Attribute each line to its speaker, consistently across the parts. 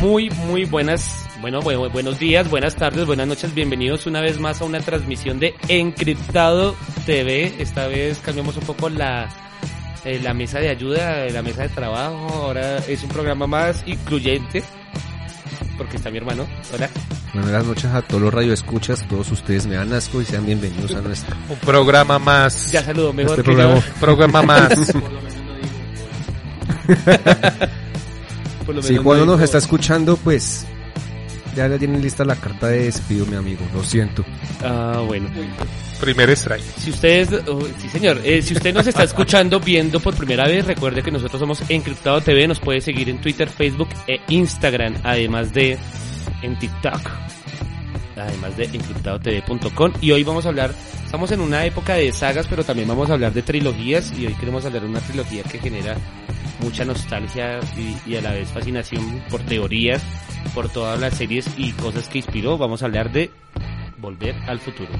Speaker 1: Muy, muy buenas, bueno, bueno, buenos días, buenas tardes, buenas noches, bienvenidos una vez más a una transmisión de Encriptado TV. Esta vez cambiamos un poco la, eh, la mesa de ayuda, eh, la mesa de trabajo. Ahora es un programa más incluyente, porque está mi hermano. Hola.
Speaker 2: Buenas noches a todos los radioescuchas, todos ustedes me dan asco y sean bienvenidos a nuestro
Speaker 3: Un programa más.
Speaker 1: Ya saludo mejor
Speaker 2: Este
Speaker 1: que
Speaker 2: programa-
Speaker 1: yo.
Speaker 3: Programa más.
Speaker 1: Por lo
Speaker 2: Si
Speaker 1: menos
Speaker 2: Juan
Speaker 1: no
Speaker 2: nos
Speaker 1: digo-
Speaker 2: está escuchando, pues ya le tienen lista la carta de despido, mi amigo. Lo siento.
Speaker 1: Ah, bueno.
Speaker 3: Primer strike.
Speaker 1: Si ustedes, oh, sí señor, Eh, si usted nos está escuchando, viendo por primera vez, recuerde que nosotros somos Encriptado TV, nos puede seguir en Twitter, Facebook e Instagram, además de en TikTok, además de encriptadotv.com. Y hoy vamos a hablar, estamos en una época de sagas, pero también vamos a hablar de trilogías y hoy queremos hablar de una trilogía que genera mucha nostalgia y, y a la vez fascinación por teorías, por todas las series y cosas que inspiró. Vamos a hablar de Volver al Futuro.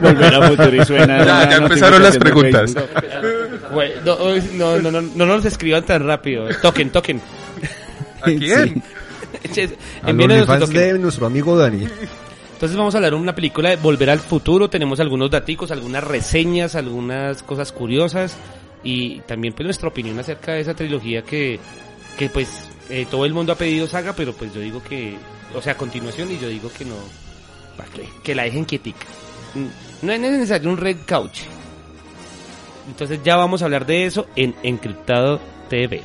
Speaker 4: Volver a futuro y suena.
Speaker 3: Ya,
Speaker 4: una
Speaker 3: ya empezaron las
Speaker 4: notificación de
Speaker 3: preguntas.
Speaker 4: Facebook.
Speaker 1: Güey, No, uy, no, no, no, no nos escriban tan rápido. Toquen, toquen.
Speaker 3: ¿A quién?
Speaker 4: Sí.
Speaker 1: Ches,
Speaker 2: A los
Speaker 1: Envíenos su
Speaker 2: OnlyFans
Speaker 1: toquen.
Speaker 2: de nuestro amigo Dani.
Speaker 1: Entonces vamos a hablar de una película de Volver al Futuro. Tenemos algunos daticos, algunas reseñas, algunas cosas curiosas. Y también pues nuestra opinión acerca de esa trilogía que, que pues eh, todo el mundo ha pedido saga, pero pues yo digo que... O sea, a continuación y yo digo que no... ¿pa' qué? Que la dejen quietica. Mm, No es necesario un red couch. Entonces ya vamos a hablar de eso en Encriptado TV.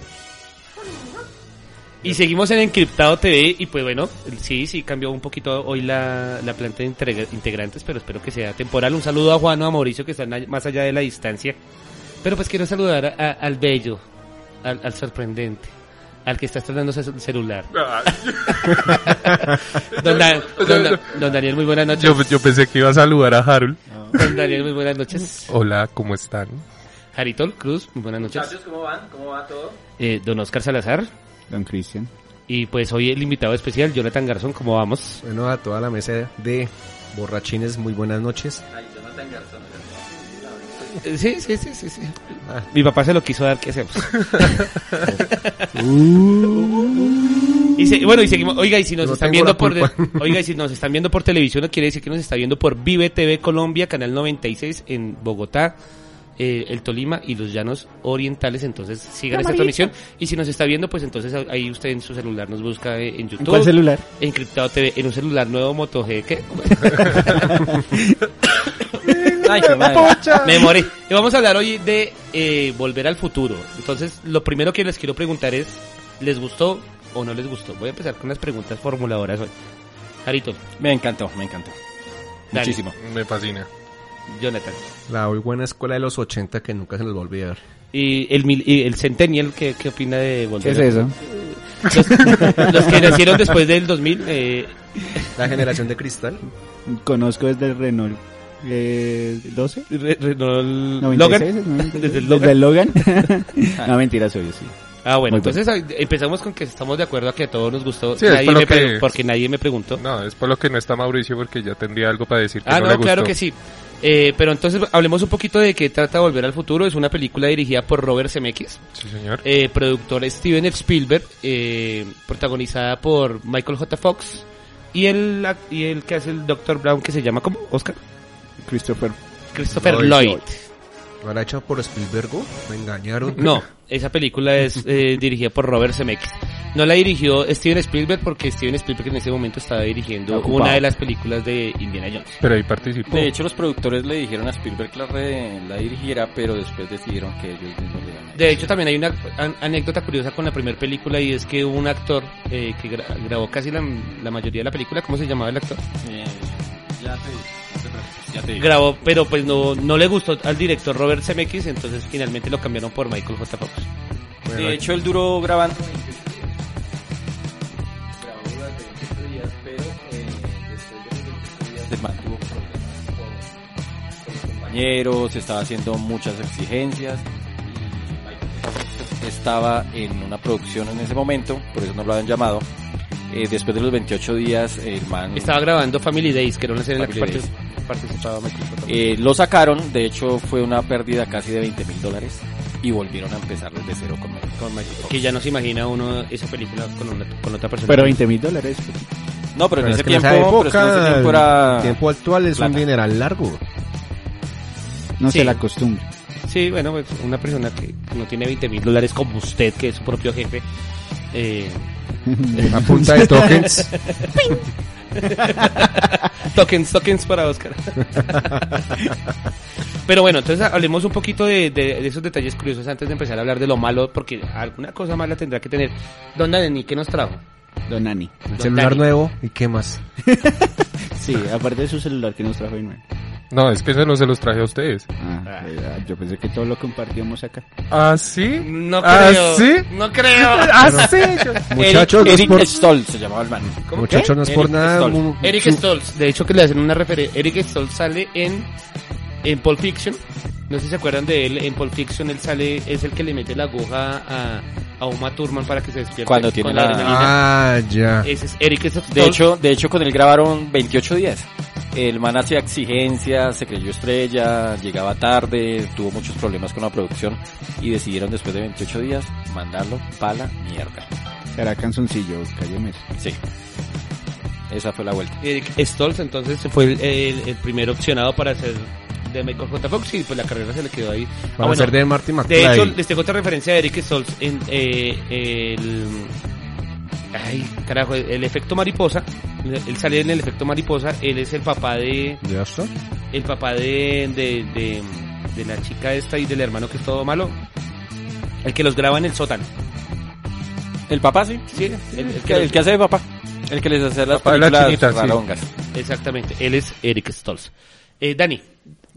Speaker 1: Y seguimos en Encriptado TV y pues bueno, sí, sí cambió un poquito hoy la, la planta de integra- integrantes, pero espero que sea temporal. Un saludo a Juano, a Mauricio que están all- más allá de la distancia. Pero pues quiero saludar a- a- al bello, al, al sorprendente, al que está estrenando el celular.
Speaker 3: Ah,
Speaker 1: Don, Dan- don Dan- don Daniel, muy buenas noches.
Speaker 3: Yo, yo pensé que iba a saludar a Harold.
Speaker 1: Don Daniel, muy buenas noches.
Speaker 3: Hola, ¿cómo están?
Speaker 1: Jaritol Cruz, muy buenas noches.
Speaker 5: Muchachos, ¿cómo van? ¿Cómo va todo?
Speaker 1: Eh, don Oscar Salazar.
Speaker 4: Don Cristian.
Speaker 1: Y pues hoy el invitado especial, Jonathan Garzón, ¿cómo vamos?
Speaker 2: Bueno, a toda la mesa de borrachines, muy buenas noches.
Speaker 5: Ay, Jonathan Garzón. ¿verdad?
Speaker 1: Sí, sí, sí, sí. sí.
Speaker 2: Ah,
Speaker 1: Mi papá se lo quiso dar, ¿qué hacemos? y se- bueno, y seguimos. Oiga, y si nos
Speaker 2: No
Speaker 1: están
Speaker 2: tengo
Speaker 1: viendo
Speaker 2: la
Speaker 1: por
Speaker 2: culpa.
Speaker 1: Oiga, y si nos están viendo por televisión, quiere decir que nos está viendo por Vive TV Colombia, canal 96 en Bogotá, eh, el Tolima y los Llanos Orientales, entonces sigan esta transmisión y si nos está viendo, pues entonces ahí usted en su celular nos busca eh, en YouTube.
Speaker 4: ¿En cuál celular?
Speaker 1: Encriptado TV en un celular nuevo Moto G, ¿qué?
Speaker 5: Ay, qué madre.
Speaker 1: Me morí. Y vamos a hablar hoy de eh, Volver al Futuro. Entonces, lo primero que les quiero preguntar es, ¿les gustó o no les gustó? Voy a empezar con las preguntas formuladoras hoy. Jarito,
Speaker 5: Me encantó, me encantó.
Speaker 1: Dani.
Speaker 5: Muchísimo.
Speaker 3: Me fascina.
Speaker 1: Jonathan.
Speaker 2: La hoy buena escuela de los 80 que nunca se nos va a olvidar.
Speaker 1: Y el, mil- y el Centennial, ¿qué, qué opina de Volver
Speaker 4: ¿Qué es
Speaker 1: al
Speaker 4: eso?
Speaker 1: Futuro? Los, los que nacieron después del 2000, eh,
Speaker 2: La generación de cristal.
Speaker 4: Conozco desde el Renault eh, 12.
Speaker 1: re- re- no, el- Logan.
Speaker 4: 96, el 96.
Speaker 1: Desde el Logan.
Speaker 4: Desde el Logan. no, mentira, soy sí.
Speaker 1: Ah, bueno,
Speaker 4: Muy
Speaker 1: entonces ah, empezamos con que estamos de acuerdo a que a todos nos gustó.
Speaker 3: Sí, es
Speaker 1: Nadie
Speaker 3: por lo
Speaker 1: me pre-
Speaker 3: que-
Speaker 1: Porque nadie me preguntó.
Speaker 3: No, es por lo que no está Mauricio porque ya tendría algo para decir que
Speaker 1: Ah,
Speaker 3: no,
Speaker 1: no,
Speaker 3: le gustó.
Speaker 1: claro que sí. Eh, pero entonces hablemos un poquito de qué trata Volver al Futuro. Es una película dirigida por Robert Zemeckis,
Speaker 3: Sí, señor.
Speaker 1: eh, productor Steven F. Spielberg, eh, protagonizada por Michael J. Fox y el, ac- y el que hace el Dr. Brown que se llama como Oscar
Speaker 4: Christopher.
Speaker 1: Christopher
Speaker 2: Lloyd.
Speaker 1: Lloyd.
Speaker 2: ¿No la hecha por Spielberg? Me engañaron.
Speaker 1: No, esa película es eh, dirigida por Robert Zemeckis. No la dirigió Steven Spielberg porque Steven Spielberg en ese momento estaba dirigiendo
Speaker 4: Ocupado.
Speaker 1: una de las películas de Indiana Jones.
Speaker 3: Pero ahí participó.
Speaker 5: De hecho, los productores le dijeron a Spielberg que la, re- la dirigiera, pero después decidieron que ellos mismos le iban a-
Speaker 1: De hecho, también hay una an- anécdota curiosa con la primera película y es que hubo un actor eh, que gra- grabó casi la, la mayoría de la película, ¿cómo se llamaba el actor?
Speaker 5: Eh, Ya te digo, no te preocupes, ya te digo.
Speaker 1: Grabó, pero pues no, no le gustó al director Robert Zemeckis, entonces finalmente lo cambiaron por Michael J. Fox.
Speaker 2: Bueno,
Speaker 5: De hecho, él duró grabando 28 días. Grabó durante 28 días, pero eh, después de los 28 días se mantuvo problemas con- con- con compañeros, estaba haciendo muchas exigencias. y Estaba en una producción en ese momento, por eso no lo habían llamado. Eh, después de los 28 días, el man
Speaker 1: Estaba grabando Family Days, que era una serie en la que
Speaker 5: Mm. Family
Speaker 1: partic- participaba Michael Jordan.
Speaker 5: Eh, lo sacaron, de hecho fue una pérdida casi de 20 mil dólares y volvieron a empezar desde cero con Michael,
Speaker 1: Con Michael Jordan. que ya no se imagina uno esa película con, una- con otra persona.
Speaker 4: Pero 20 mil dólares.
Speaker 5: No, pero, en,
Speaker 2: Pero es
Speaker 5: ese
Speaker 2: que en
Speaker 5: tiempo,
Speaker 2: esa
Speaker 5: pero es que en ese
Speaker 2: época, eh,
Speaker 5: tiempo era...
Speaker 2: tiempo actual es un
Speaker 5: plata.
Speaker 2: dineral largo.
Speaker 4: No
Speaker 1: Sí.
Speaker 4: se la costumbre.
Speaker 1: Sí, bueno, pues una persona que no tiene 20 mil dólares como usted, que es su propio jefe. Eh,
Speaker 2: A punta de tokens.
Speaker 1: tokens, tokens para Oscar. Pero bueno, entonces hablemos un poquito de, de- de esos detalles curiosos antes de empezar a hablar de lo malo, porque alguna cosa mala tendrá que tener. Don Dani, ¿qué nos trajo?
Speaker 4: Don Ani.
Speaker 1: Don
Speaker 2: Celular
Speaker 1: Dani.
Speaker 2: nuevo y qué más.
Speaker 4: Sí, aparte de su celular que nos trajo Inma.
Speaker 3: No, es que se los, se los traje a ustedes.
Speaker 4: Ah, eh, yo pensé que todo lo compartíamos acá.
Speaker 3: ¿Ah, sí?
Speaker 1: No
Speaker 3: ¿Ah,
Speaker 1: creo.
Speaker 3: sí?
Speaker 1: No creo.
Speaker 3: ¿Ah, sí? Yo-
Speaker 2: Muchachos, no es
Speaker 5: Eric,
Speaker 2: por,
Speaker 5: Eric Stoll se llamaba el man.
Speaker 1: ¿Cómo qué?
Speaker 2: muchachos, no es por
Speaker 5: Eric
Speaker 2: nada.
Speaker 5: Stoltz.
Speaker 2: mu-
Speaker 1: Eric
Speaker 2: su-
Speaker 1: Stoltz, de hecho que le hacen una referencia. Eric Stoltz sale en, en Pulp Fiction. No sé si se acuerdan de él, en Pulp Fiction él sale, es el que le mete la aguja a, a Uma Thurman para que se despierte.
Speaker 5: Cuando tiene
Speaker 1: con
Speaker 5: la-
Speaker 1: adrenalina.
Speaker 2: Ah, ya.
Speaker 1: Ese es Eric Stoltz.
Speaker 5: De hecho, de hecho con él grabaron 28 días. El man hacía exigencias, se creyó estrella, llegaba tarde, tuvo muchos problemas con la producción y decidieron después de 28 días mandarlo pa' la mierda.
Speaker 4: Será canzoncillo, cálleme. eso.
Speaker 5: Sí. Esa fue la vuelta.
Speaker 1: Eric Stoltz entonces fue el, el- el primer opcionado para hacer de Michael J. Fox y pues la carrera se le quedó ahí. Ah,
Speaker 2: Para
Speaker 1: bueno,
Speaker 2: hacer de Marty
Speaker 1: De hecho,
Speaker 2: McFly.
Speaker 1: les tengo otra referencia de Eric Stoltz en eh, el... Ay, carajo, el efecto mariposa. Él sale en el efecto mariposa. Él es el papá de...
Speaker 2: ¿Ya está?
Speaker 1: El papá de, de, de, de la chica esta y del hermano que es todo malo. El que los graba en el sótano.
Speaker 5: El papá sí,
Speaker 1: Sí, el- el
Speaker 5: el
Speaker 1: que
Speaker 5: que, el que hace de papá. El que les hace las
Speaker 3: Papá de la chinita,
Speaker 5: películas
Speaker 3: sí.
Speaker 5: rarongas.
Speaker 1: los- exactamente, él es Eric Stoltz. Eh, Dani,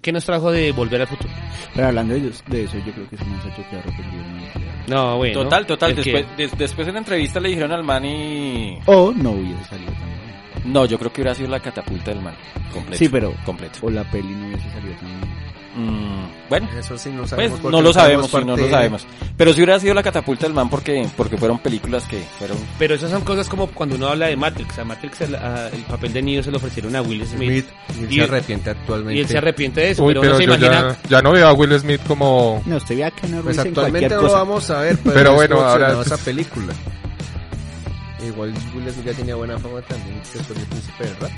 Speaker 1: ¿qué nos trajo de Volver al Futuro?
Speaker 4: Pero hablando de, ellos- de eso, yo creo que es un mensaje que arrepentido. no hubiera quedado.
Speaker 1: No, bueno.
Speaker 5: Total, total.
Speaker 1: el que-
Speaker 5: Después, des- después en la entrevista le dijeron al man y...
Speaker 4: O no hubiera salido tan bien.
Speaker 5: No, yo creo que hubiera sido la catapulta del man. Completo.
Speaker 4: Sí, pero-
Speaker 5: Completo.
Speaker 4: O la peli no hubiese salido tan bien.
Speaker 5: Mm, bueno,
Speaker 2: Eso sí, no
Speaker 5: pues
Speaker 2: sabemos. porque
Speaker 5: no lo sabemos, sí,
Speaker 2: somos
Speaker 5: no
Speaker 2: parte
Speaker 5: lo sabemos. Pero si hubiera sido la catapulta del man porque, porque fueron películas que fueron...
Speaker 1: Pero esas son cosas como cuando uno habla de Matrix. A Matrix el, a- el papel de Neo se lo ofrecieron a Will
Speaker 2: de
Speaker 1: Smith.
Speaker 2: Smith, Y él
Speaker 1: Y-
Speaker 2: se arrepiente actualmente.
Speaker 1: Y él se arrepiente de eso,
Speaker 3: Uy,
Speaker 1: pero, uno
Speaker 3: pero
Speaker 1: se
Speaker 3: yo
Speaker 1: imagina...
Speaker 3: ya, ya no veo a Will Smith como...
Speaker 4: No, usted vea que no
Speaker 2: Pues
Speaker 4: revisen
Speaker 2: actualmente
Speaker 4: cualquier
Speaker 2: no lo
Speaker 4: cosa.
Speaker 2: vamos a ver, pero,
Speaker 3: Pero
Speaker 2: es
Speaker 3: bueno, ahora-
Speaker 2: promocionado esa película. Igual Will Smith ya tenía buena fama también después de Príncipe del Rap.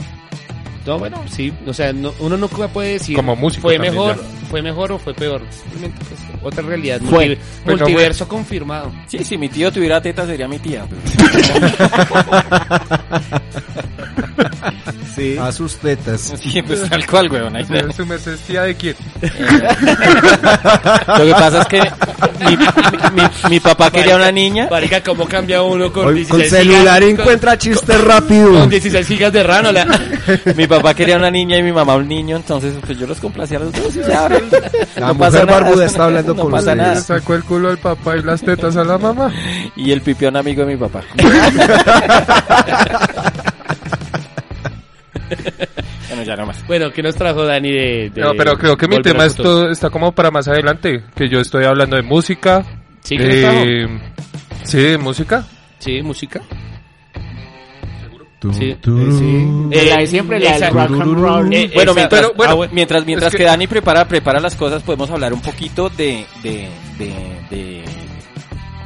Speaker 1: No, bueno, sí. O sea, no- uno nunca puede decir...
Speaker 3: Como músico
Speaker 1: Fue
Speaker 3: también,
Speaker 1: mejor,
Speaker 3: ya.
Speaker 1: fue mejor o fue peor. Simplemente pues, otra realidad.
Speaker 4: Fue,
Speaker 1: Multi-
Speaker 3: pero
Speaker 1: multiverso confirmado.
Speaker 5: Sí, si mi tío tuviera teta sería mi tía.
Speaker 4: Sí.
Speaker 2: A sus tetas.
Speaker 5: Sí, pues tal cual, weón. ahí está.
Speaker 3: ¿Su merced tía de quién?
Speaker 5: Lo que pasa es que mi, mi- mi- mi papá quería una niña.
Speaker 1: Marica, ¿cómo cambia uno con
Speaker 2: Hoy
Speaker 1: 16
Speaker 2: con celular
Speaker 1: gigas,
Speaker 2: encuentra chistes
Speaker 1: con, con
Speaker 2: rápido.
Speaker 1: 16 gigas de rano. la-
Speaker 5: Mi papá quería una niña y mi mamá un niño, entonces pues yo los complacía a los dos y ya.
Speaker 2: La mujer barbuda está hablando
Speaker 5: no
Speaker 2: con
Speaker 5: pasa
Speaker 2: ustedes.
Speaker 5: nada.
Speaker 3: Le sacó el culo al papá y las tetas a la mamá.
Speaker 5: Y el pipión amigo de mi papá. bueno, ya nomás.
Speaker 1: Bueno, ¿qué nos trajo Dani de...? de
Speaker 3: No, pero creo que mi
Speaker 1: Volver
Speaker 3: tema
Speaker 1: al
Speaker 3: es
Speaker 1: Futuro?
Speaker 3: todo- está como para más adelante, que yo estoy hablando de música.
Speaker 1: Sí, ¿qué nos trajo?
Speaker 3: de- sí, de música.
Speaker 1: Sí, música.
Speaker 2: Tum,
Speaker 1: Sí.
Speaker 5: Mm,
Speaker 2: turum.
Speaker 1: Eh,
Speaker 4: la de siempre, la del
Speaker 1: exacto.
Speaker 4: rock and roll.
Speaker 1: Eh,
Speaker 5: Bueno,
Speaker 1: exacto.
Speaker 5: mientras,
Speaker 1: Ah,
Speaker 5: bueno,
Speaker 1: bueno.
Speaker 5: mientras, mientras
Speaker 3: es que-
Speaker 5: que... Dani prepara, prepara las cosas, podemos hablar un poquito de, de, de, de-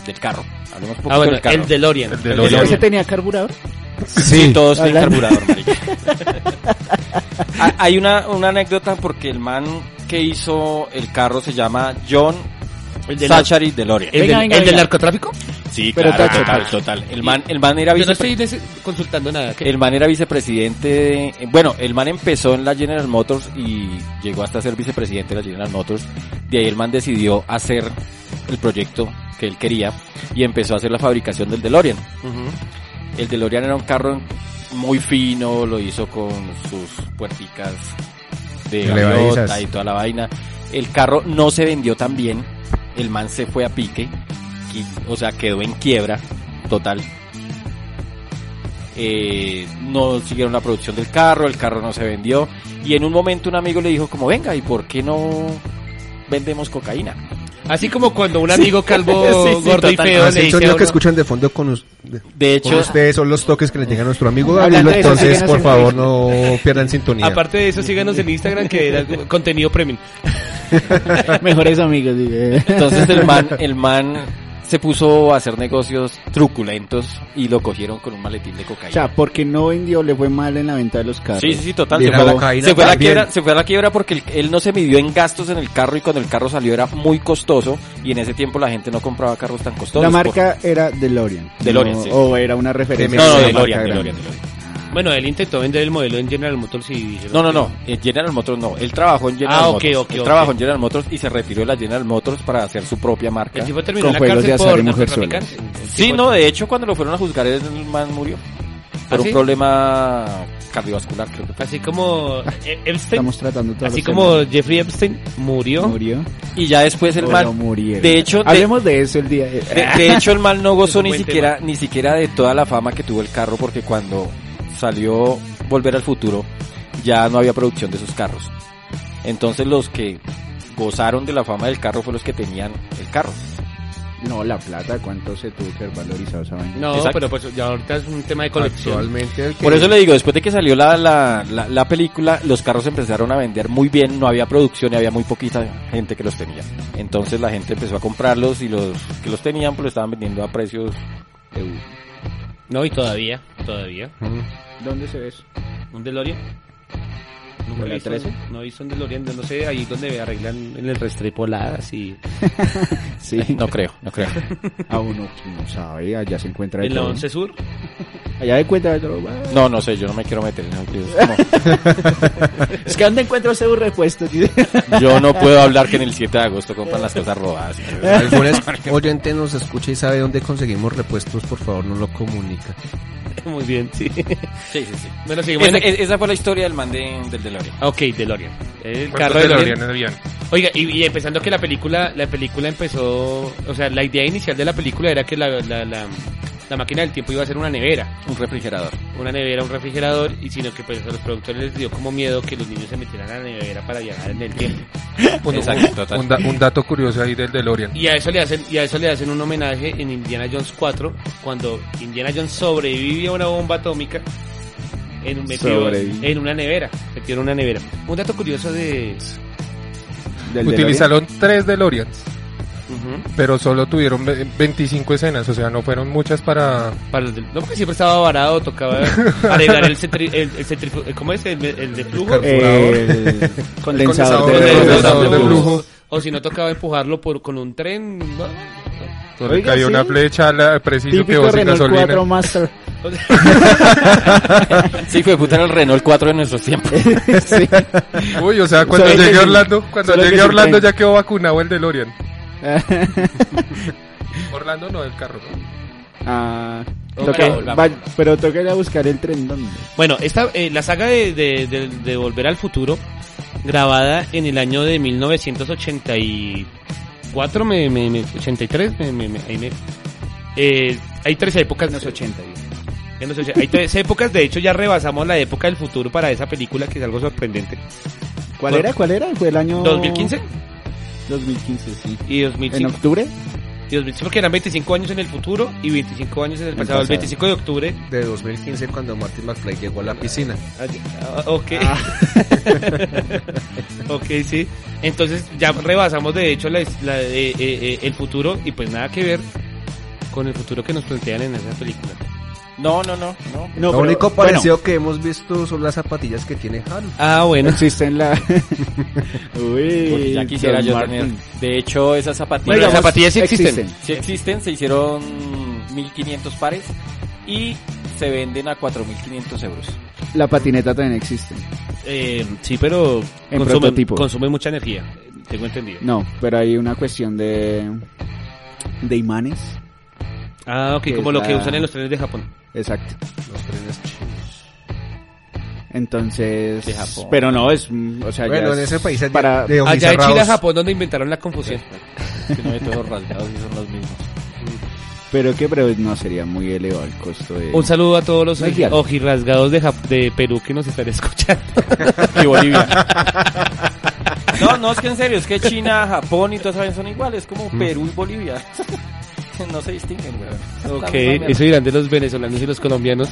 Speaker 5: del carro. Hablemos un poquito
Speaker 1: Ah, bueno,
Speaker 5: del carro.
Speaker 1: el DeLorean.
Speaker 3: El
Speaker 4: ¿Ese-
Speaker 3: DeLorean.
Speaker 4: ¿Ese tenía carburador?
Speaker 5: Sí,
Speaker 2: Ah,
Speaker 5: todos tienen
Speaker 4: Hablar-
Speaker 5: carburador, marica. Ha- Ah, Hay una, una anécdota porque el man que hizo el carro se llama John
Speaker 1: El del-
Speaker 5: Sachary DeLorean.
Speaker 1: el del-
Speaker 4: Venga, venga,
Speaker 1: ¿El del
Speaker 4: venga.
Speaker 1: narcotráfico?
Speaker 5: Sí,
Speaker 4: Pero
Speaker 5: claro,
Speaker 4: tacho,
Speaker 5: total,
Speaker 4: tacho.
Speaker 5: total. El man, el man era
Speaker 1: Yo no
Speaker 5: vicepresidente.
Speaker 1: estoy des- consultando nada. ¿qué?
Speaker 5: El man era vicepresidente, de- bueno, el man empezó en la General Motors y llegó hasta ser vicepresidente de la General Motors. De ahí el man decidió hacer el proyecto que él quería y empezó a hacer la fabricación del DeLorean. El DeLorean era un carro muy fino, lo hizo con sus puerticas de
Speaker 2: Elevadizas.
Speaker 5: gaviota y toda la vaina. El carro no se vendió tan bien, el man se fue a pique, y- o sea, quedó en quiebra total. eh, no siguieron la producción del carro, el carro no se vendió y en un momento un amigo le dijo como venga, ¿y por qué no vendemos cocaína?
Speaker 1: Así como cuando un amigo calvo,
Speaker 5: Sí, sí,
Speaker 1: gordo y
Speaker 5: total.
Speaker 1: feo
Speaker 2: Ah,
Speaker 1: le
Speaker 2: sí, el
Speaker 1: dice a
Speaker 2: sonido que
Speaker 1: uno-
Speaker 2: escuchan de fondo con, us- de-
Speaker 5: De
Speaker 2: con
Speaker 5: hecho,
Speaker 2: ustedes son los toques que le llegan a nuestro amigo
Speaker 4: Hablando
Speaker 2: Gabriel,
Speaker 4: de eso,
Speaker 2: entonces
Speaker 4: síguenos
Speaker 2: por
Speaker 4: en
Speaker 2: favor no pierdan sintonía.
Speaker 1: Aparte de eso, síganos en Instagram que da contenido premium.
Speaker 4: Mejores amigos. dice.
Speaker 5: entonces el man, el man se puso a hacer negocios truculentos y lo cogieron con un maletín de cocaína.
Speaker 4: o sea, porque no vendió, le fue mal en la venta de los carros.
Speaker 5: Sí, sí, sí, total. Se
Speaker 2: Bien,
Speaker 5: fue, a
Speaker 2: la
Speaker 5: la,
Speaker 2: cocaína
Speaker 5: se fue a la
Speaker 2: también.
Speaker 5: quiebra, se fue a la quiebra porque el- él no se midió en gastos en el carro y cuando el carro salió era muy costoso y en ese tiempo la gente no compraba carros tan costosos.
Speaker 4: La
Speaker 5: por-
Speaker 4: marca era DeLorean.
Speaker 5: DeLorean,
Speaker 4: ¿no?
Speaker 5: sí.
Speaker 4: O era una referencia.
Speaker 5: No,
Speaker 4: a
Speaker 5: no,
Speaker 4: una
Speaker 5: DeLorean,
Speaker 4: marca
Speaker 5: DeLorean,
Speaker 4: grande. Ah,
Speaker 5: DeLorean.
Speaker 1: Bueno, él intentó vender el modelo en General Motors y...
Speaker 5: No, no, no. eh, General Motors no. Él trabajó en General
Speaker 1: Ah, ok,
Speaker 5: Motors.
Speaker 1: ok,
Speaker 5: él
Speaker 1: ok.
Speaker 5: trabajó en General Motors y se retiró de la General Motors para hacer su propia marca.
Speaker 1: El tipo terminó en la
Speaker 4: Con juegos
Speaker 1: cárcel
Speaker 4: de azar
Speaker 1: por
Speaker 4: y mujerzuelas.
Speaker 1: narcotraficante. El
Speaker 5: Sí,
Speaker 1: tipo-
Speaker 5: no, de hecho cuando lo fueron a juzgar el man murió. Por
Speaker 1: ¿Ah,
Speaker 5: un
Speaker 1: sí?
Speaker 5: problema cardiovascular, creo que fue.
Speaker 1: Así como eh, Epstein,
Speaker 4: Estamos tratando todos
Speaker 1: así
Speaker 4: los
Speaker 1: como Jeffrey Epstein murió,
Speaker 4: temas. murió.
Speaker 5: Y ya después el
Speaker 4: o
Speaker 5: man
Speaker 4: no murieron.
Speaker 5: de hecho, de-
Speaker 4: hablemos de eso el día. de- eh,
Speaker 5: De, de hecho, el mal no
Speaker 1: Es un
Speaker 5: gozó ni
Speaker 1: buen
Speaker 5: siquiera, ni siquiera de toda la fama que tuvo el carro, porque cuando salió Volver al Futuro, ya no había producción de sus carros. Entonces los que gozaron de la fama del carro fueron los que tenían el carro.
Speaker 4: No, la plata, cuánto se tuvo que haber valorizado esa vaina.
Speaker 1: No,
Speaker 5: Exacto.
Speaker 1: pero pues ya ahorita es un tema de colección.
Speaker 2: Actualmente el que-
Speaker 5: Por eso le digo, después de que salió la, la, la, la película, los carros empezaron a vender muy bien, no había producción y había muy poquita gente que los tenía. Entonces la gente empezó a comprarlos y los que los tenían pues lo estaban vendiendo a precios... eh,
Speaker 1: No, y todavía, todavía.
Speaker 2: Mm.
Speaker 4: ¿Dónde se ve eso?
Speaker 1: ¿Un DeLorean?
Speaker 4: ¿Con la
Speaker 1: he visto-
Speaker 4: 13?
Speaker 1: No he visto un DeLorean, no sé, ahí donde arreglan en el restrepoladas y...
Speaker 4: Sí,
Speaker 5: No creo, no creo.
Speaker 4: a uno que no sabe, allá se encuentra de
Speaker 1: En la
Speaker 4: todo.
Speaker 1: 11 Sur.
Speaker 4: Allá se encuentra de todo. Ah,
Speaker 5: No, no sé, yo no me quiero meter en esos líos, como-
Speaker 4: Es que ¿dónde encuentro ese repuesto?
Speaker 5: Yo no puedo hablar que en el 7 de agosto compran las cosas robadas.
Speaker 2: Algún es- oyente nos escucha y sabe dónde conseguimos repuestos, por favor, no lo comunica.
Speaker 1: Muy bien, sí.
Speaker 5: Sí, sí, sí.
Speaker 1: Bueno, seguimos en-
Speaker 5: esa fue la historia del mandén del DeLorean.
Speaker 1: Ah, Ok, DeLorean. El
Speaker 3: Carro
Speaker 1: carro de DeLorean.
Speaker 3: DeLorean es bien.
Speaker 1: Oiga, y, y empezando que la película, la película empezó, o sea, la idea inicial de la película era que la, la, la, la máquina del tiempo iba a ser una nevera,
Speaker 5: Un refrigerador.
Speaker 1: una nevera, un refrigerador, y sino que pues a los productores les dio como miedo que los niños se metieran a la nevera para viajar en el tiempo.
Speaker 5: Exacto, total.
Speaker 3: Un, da- un dato curioso ahí del DeLorean.
Speaker 1: Y a eso le hacen, y a eso le hacen un homenaje en Indiana Jones 4, cuando Indiana Jones sobrevive a una bomba atómica en un metido
Speaker 4: Sobrevive.
Speaker 1: en una nevera, metido en una nevera. Un dato curioso de
Speaker 3: Utilizaron tres DeLoreans,
Speaker 1: ujú,
Speaker 3: pero solo tuvieron ve- 25 escenas, o sea, no fueron muchas para...
Speaker 1: Para los del- no, porque siempre estaba varado, tocaba arreglar el, centri, el, el centrifu- eh, ¿cómo es? El, el de flujo.
Speaker 2: El
Speaker 4: El condensador
Speaker 1: El
Speaker 4: de,
Speaker 1: de-
Speaker 3: condensador
Speaker 1: el de
Speaker 3: de
Speaker 1: flujo.
Speaker 3: flujo.
Speaker 1: O si no, tocaba empujarlo por, con un tren. ¿no?
Speaker 3: Donde
Speaker 4: Oiga,
Speaker 3: cayó
Speaker 4: sí.
Speaker 3: una flecha a la- preciso que
Speaker 4: Típico
Speaker 3: vos sin
Speaker 4: Renault
Speaker 3: gasolina.
Speaker 4: 4 Master.
Speaker 5: Sí, fue puta era el Renault 4 en nuestros tiempos.
Speaker 4: Sí.
Speaker 3: Uy, o sea, cuando
Speaker 4: Solo
Speaker 3: llegué
Speaker 4: que
Speaker 3: a
Speaker 4: sí.
Speaker 3: Orlando, cuando
Speaker 4: Solo que
Speaker 3: llegué a
Speaker 4: sí
Speaker 3: Orlando
Speaker 4: traen.
Speaker 3: ya quedó vacunado el DeLorean. Orlando no, el carro.
Speaker 4: Ah,
Speaker 1: Ok,
Speaker 4: toca-
Speaker 1: volvamos.
Speaker 4: va- pero toca ir a buscar el tren ¿dónde?
Speaker 1: Bueno, esta, eh, la saga de, de- de- de Volver al Futuro, grabada en el año de 1984, me, me, me- 83, me, me- me- ahí me- eh, hay tres épocas.
Speaker 4: En los 80.
Speaker 1: En los ochen- Hay tres épocas, de hecho ya rebasamos la época del futuro para esa película, que es algo sorprendente.
Speaker 4: ¿Cuál
Speaker 1: Bueno.
Speaker 4: era? ¿Cuál era? Fue el año
Speaker 1: 2015
Speaker 4: 2015, sí.
Speaker 1: y
Speaker 4: ¿En
Speaker 1: 2005.
Speaker 4: octubre?
Speaker 1: Y 2005, porque eran 25 años en el futuro y 25 años en el pasado. El,
Speaker 4: pasado.
Speaker 1: 25 de octubre.
Speaker 2: De 2015 cuando Martin McFly llegó a la piscina.
Speaker 1: ah, ok. ok, sí. Entonces ya rebasamos de hecho la, la- eh, eh, eh, el futuro y pues nada que ver con el futuro que nos plantean en esa película.
Speaker 5: No, no, no, no.
Speaker 4: No,
Speaker 2: Lo
Speaker 4: pero-
Speaker 2: único
Speaker 4: bueno,
Speaker 2: parecido que hemos visto son las zapatillas que tiene Harold.
Speaker 1: Ah, bueno.
Speaker 4: existe en la... Uy,
Speaker 5: Porque ya quisiera
Speaker 4: Don
Speaker 5: yo
Speaker 4: Martin.
Speaker 5: tener. De hecho, esas
Speaker 1: Bueno,
Speaker 5: zapatillas.
Speaker 1: las zapatillas sí existen.
Speaker 5: Si existen, se hicieron 1500 pares y se venden a 4500 euros.
Speaker 4: La patineta también existe.
Speaker 1: Eh, sí, pero
Speaker 4: En
Speaker 1: consume,
Speaker 4: prototipo.
Speaker 1: consume mucha energía. Tengo entendido.
Speaker 4: No, pero hay una cuestión de... De imanes.
Speaker 1: Ah, ok,
Speaker 4: Que
Speaker 1: como
Speaker 4: es
Speaker 1: lo que
Speaker 4: la-
Speaker 1: usan en los trenes de Japón.
Speaker 4: Exacto.
Speaker 2: Los trenes chinos.
Speaker 4: Entonces...
Speaker 5: De Japón.
Speaker 4: Pero no, es... mm, O sea, ya
Speaker 2: Bueno, en
Speaker 4: es
Speaker 2: ese país es
Speaker 4: para-
Speaker 2: de ojos
Speaker 1: Allá en Chile,
Speaker 2: cerrados.
Speaker 1: Japón, donde inventaron la confusión.
Speaker 5: Que no de todos rasgados y son los mismos.
Speaker 4: Pero que pero no sería muy elevado el costo de...
Speaker 1: Un saludo a todos los
Speaker 4: No hay diálogo.
Speaker 1: ojirrasgados de, Jap- de Perú que nos están escuchando.
Speaker 5: Y Bolivia. No, no, es que en serio, es que China, Japón y todas esas vainas son iguales, como Perú y Bolivia. No se distinguen, güey.
Speaker 1: Ok, eso dirán de los venezolanos y los colombianos.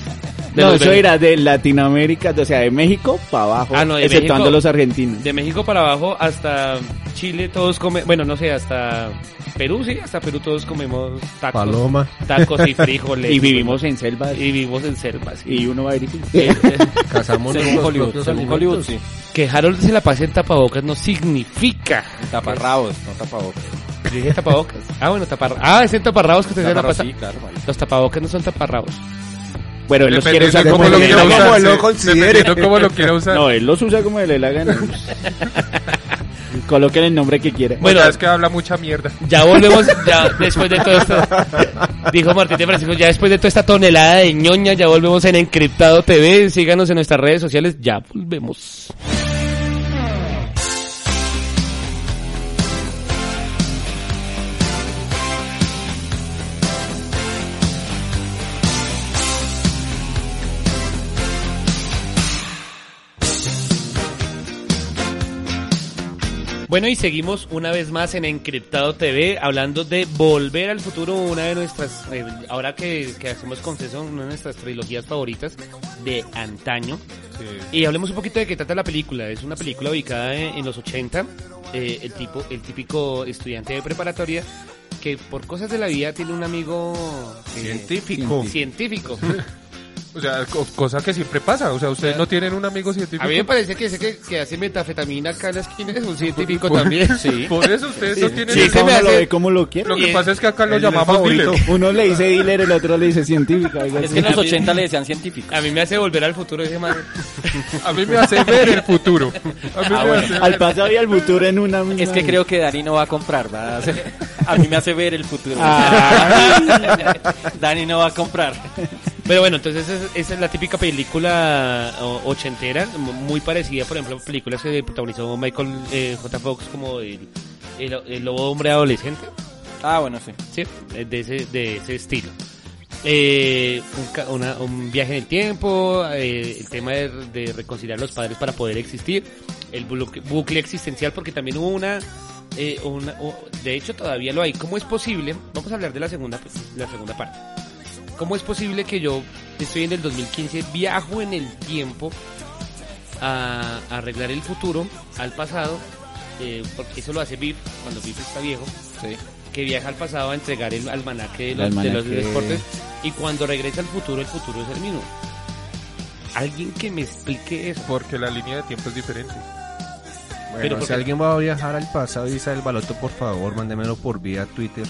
Speaker 1: De
Speaker 4: no,
Speaker 1: los
Speaker 4: eso
Speaker 1: vene-
Speaker 4: era de Latinoamérica, o sea, de México para abajo,
Speaker 1: Ah, no, de
Speaker 4: exceptuando
Speaker 1: México-
Speaker 4: los argentinos.
Speaker 1: De México para abajo hasta Chile todos comen, bueno, no sé, hasta Perú, sí, hasta Perú todos comemos tacos,
Speaker 2: Paloma.
Speaker 1: tacos y frijoles.
Speaker 4: Y vivimos en selvas
Speaker 1: y vivimos en selva, sí.
Speaker 4: y uno va a ir y-
Speaker 1: Eh, eh,
Speaker 2: Cazamos
Speaker 5: Según
Speaker 2: nuestros
Speaker 5: Hollywood,
Speaker 2: propios
Speaker 5: según
Speaker 2: alimentos.
Speaker 5: Hollywood, sí.
Speaker 1: que Harold se la pase en tapabocas no significa.
Speaker 5: Taparrabos, no tapabocas.
Speaker 1: Yo dije tapabocas. Ah, bueno, taparrabos. Ah, es en taparrabos que usted se la
Speaker 5: Taparrabos,
Speaker 1: pasa.
Speaker 5: sí, claro, marica.
Speaker 1: Los tapabocas no son taparrabos.
Speaker 4: Bueno, él los
Speaker 3: Dependiendo
Speaker 4: quiere usar
Speaker 3: de
Speaker 4: como,
Speaker 3: cómo lo
Speaker 4: le dé
Speaker 3: quiera
Speaker 4: la
Speaker 2: como
Speaker 3: usar.
Speaker 2: lo
Speaker 3: sí.
Speaker 2: considere.
Speaker 3: Dependiendo cómo lo quiera usar.
Speaker 4: No, él los usa como le dé la gana. Coloquen el nombre que quiera.
Speaker 1: Bueno,
Speaker 3: Bueno, es que habla mucha mierda.
Speaker 1: Ya volvemos, ya después de todo esto. Dijo Martín de Francisco, ya después de toda esta tonelada de ñoña, ya volvemos en Encriptado TV. Síganos en nuestras redes sociales, ya volvemos. Bueno, y seguimos una vez más en Encriptado TV hablando de Volver al Futuro, una de nuestras, eh, ahora que, que hacemos confesión, una de nuestras trilogías favoritas de antaño. Y hablemos un poquito de qué trata la película. Es una película ubicada en, en los 80, eh, el, tipo, el típico estudiante de preparatoria que por cosas de la vida tiene un amigo eh,
Speaker 2: Científico.
Speaker 1: científico.
Speaker 3: O sea, co- cosa que siempre pasa. O sea, ustedes no tienen un amigo científico.
Speaker 1: A mí me parece que ese que, que hace metafetamina acá en la esquina es un científico también.
Speaker 5: Sí.
Speaker 3: Por eso ustedes no tienen.
Speaker 1: Sí,
Speaker 3: el-
Speaker 1: se me
Speaker 4: Uno lo
Speaker 1: hace-
Speaker 4: ve como lo quiera.
Speaker 3: Lo que
Speaker 1: Y-
Speaker 3: pasa es que acá lo
Speaker 2: el
Speaker 3: llamamos
Speaker 2: favorito.
Speaker 3: dealer.
Speaker 4: Uno le dice dealer, el otro le dice científica. algo
Speaker 5: Es
Speaker 4: así.
Speaker 5: que en los
Speaker 1: Sí.
Speaker 5: 80 le decían científicos.
Speaker 1: A mí me hace volver al futuro ese man.
Speaker 3: A mí me hace ver el futuro. A mí
Speaker 5: Ah,
Speaker 3: me
Speaker 5: bueno.
Speaker 3: hace
Speaker 4: Al pasado y al futuro en una misma.
Speaker 5: Es que creo que Dani no va a comprar, va a, hacer- a mí me hace ver el futuro.
Speaker 4: Ah.
Speaker 5: Dani no va a comprar.
Speaker 1: Pero bueno, entonces es- esa es la típica película o- ochentera, m- muy parecida, por ejemplo, a películas que protagonizó Michael eh, J. Fox como el, el, el lobo hombre adolescente,
Speaker 5: Ah, bueno, sí.
Speaker 1: ¿sí? Eh, De ese, de ese estilo. Eh, un, ca- una- un viaje en el tiempo, eh, el tema de, de reconciliar a los padres para poder existir, el bucle, bucle existencial, porque también hubo una... eh, una- o- de hecho, todavía lo hay. ¿Cómo es posible? Vamos a hablar de la segunda, la segunda parte. ¿Cómo es posible que yo estoy en el 2015, viajo en el tiempo a, a arreglar el futuro al pasado? eh, porque eso lo hace Biff cuando Biff está viejo. Que viaja al pasado a entregar el almanaque de los,
Speaker 4: El
Speaker 1: de los
Speaker 4: almanaque.
Speaker 1: deportes. Y cuando regresa al futuro, el futuro es el mismo. Alguien que me explique eso.
Speaker 3: Porque la línea de tiempo es diferente.
Speaker 2: Bueno,
Speaker 1: Pero porque-
Speaker 2: si alguien va a viajar al pasado y dice el baloto, por favor, mándemelo por vía Twitter.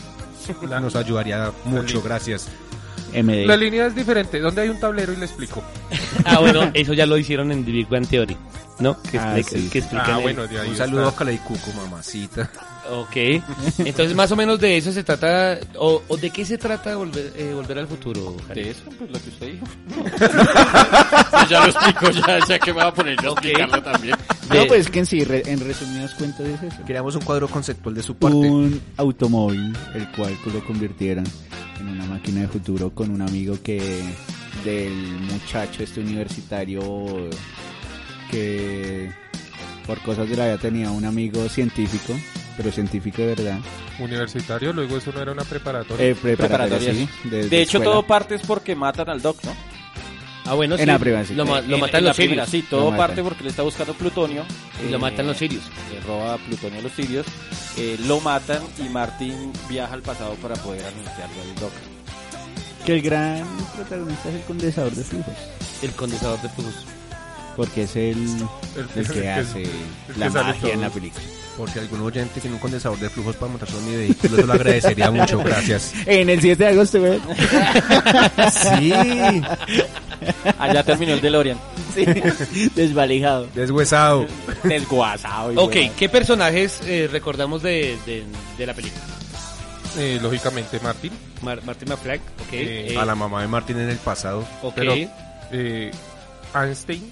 Speaker 2: Nos ayudaría mucho, gracias.
Speaker 4: MD.
Speaker 3: La línea es diferente. ¿Dónde hay un tablero y le explico?
Speaker 1: Ah, bueno, eso ya lo hicieron en The Big Bang Theory. ¿No? Que,
Speaker 4: Ah,
Speaker 1: explica-
Speaker 4: sí.
Speaker 1: que explican
Speaker 3: Ah,
Speaker 1: el-
Speaker 3: bueno, de ahí
Speaker 2: Un saludo a
Speaker 3: está.
Speaker 2: Calaicuco, mamacita.
Speaker 1: Ok, entonces más o menos de eso se trata, o, o de qué se trata volver, eh, volver al futuro. Jari?
Speaker 5: De eso, pues lo que usted dijo. ya lo explico, ya, ya que me va a poner yo a explicarlo también.
Speaker 1: De-
Speaker 4: No, pues es que en sí, re- en resumidas cuentas es eso.
Speaker 2: Creamos un cuadro conceptual de su parte.
Speaker 4: Un automóvil, el cual lo convirtieron en una máquina de futuro con un amigo que del muchacho este universitario que por cosas de la vida tenía un amigo científico, pero científico de verdad.
Speaker 3: Universitario, luego eso no era una preparatoria.
Speaker 4: Eh, preparatoria,
Speaker 5: Preparatoria,
Speaker 4: sí, de-
Speaker 5: De hecho,
Speaker 4: escuela.
Speaker 5: todo parte es porque matan al Doc, ¿no?
Speaker 1: Ah, bueno,
Speaker 4: En
Speaker 1: sí,
Speaker 4: la primera, sí.
Speaker 1: Lo, ma- lo
Speaker 5: En-
Speaker 1: matan
Speaker 5: en la
Speaker 1: los
Speaker 5: primera,
Speaker 1: sirios.
Speaker 5: Sí, todo
Speaker 4: Lo matan.
Speaker 5: parte porque le está buscando plutonio.
Speaker 1: y lo matan los
Speaker 5: sirios.
Speaker 1: sirios.
Speaker 5: Le roba plutonio a los sirios. eh, lo matan y Martin viaja al pasado para poder anunciarle al Doc.
Speaker 4: Que el gran protagonista es el condensador de flujos,
Speaker 1: El condensador de flujos.
Speaker 4: porque es el, el
Speaker 3: el
Speaker 4: que
Speaker 3: que-
Speaker 4: hace
Speaker 3: que
Speaker 4: la
Speaker 3: sale
Speaker 4: magia en
Speaker 3: todo.
Speaker 4: la película.
Speaker 2: Porque algún oyente tiene un condensador de flujos para montar sobre mi vehículo, se lo agradecería mucho, gracias.
Speaker 4: En el 7 de agosto, güey.
Speaker 2: Sí,
Speaker 5: Allá terminó el DeLorean.
Speaker 4: Sí, desvalijado.
Speaker 2: deshuesado.
Speaker 5: Desguasado. y
Speaker 1: Ok,
Speaker 5: huevón.
Speaker 1: ¿qué personajes eh, recordamos de, de, de la película?
Speaker 3: Eh, lógicamente, Martín.
Speaker 1: Mar- Martin McFly, ok.
Speaker 3: Eh,
Speaker 1: eh,
Speaker 2: A la mamá de Martín en el pasado.
Speaker 1: ok,
Speaker 3: pero- Eh, Einstein.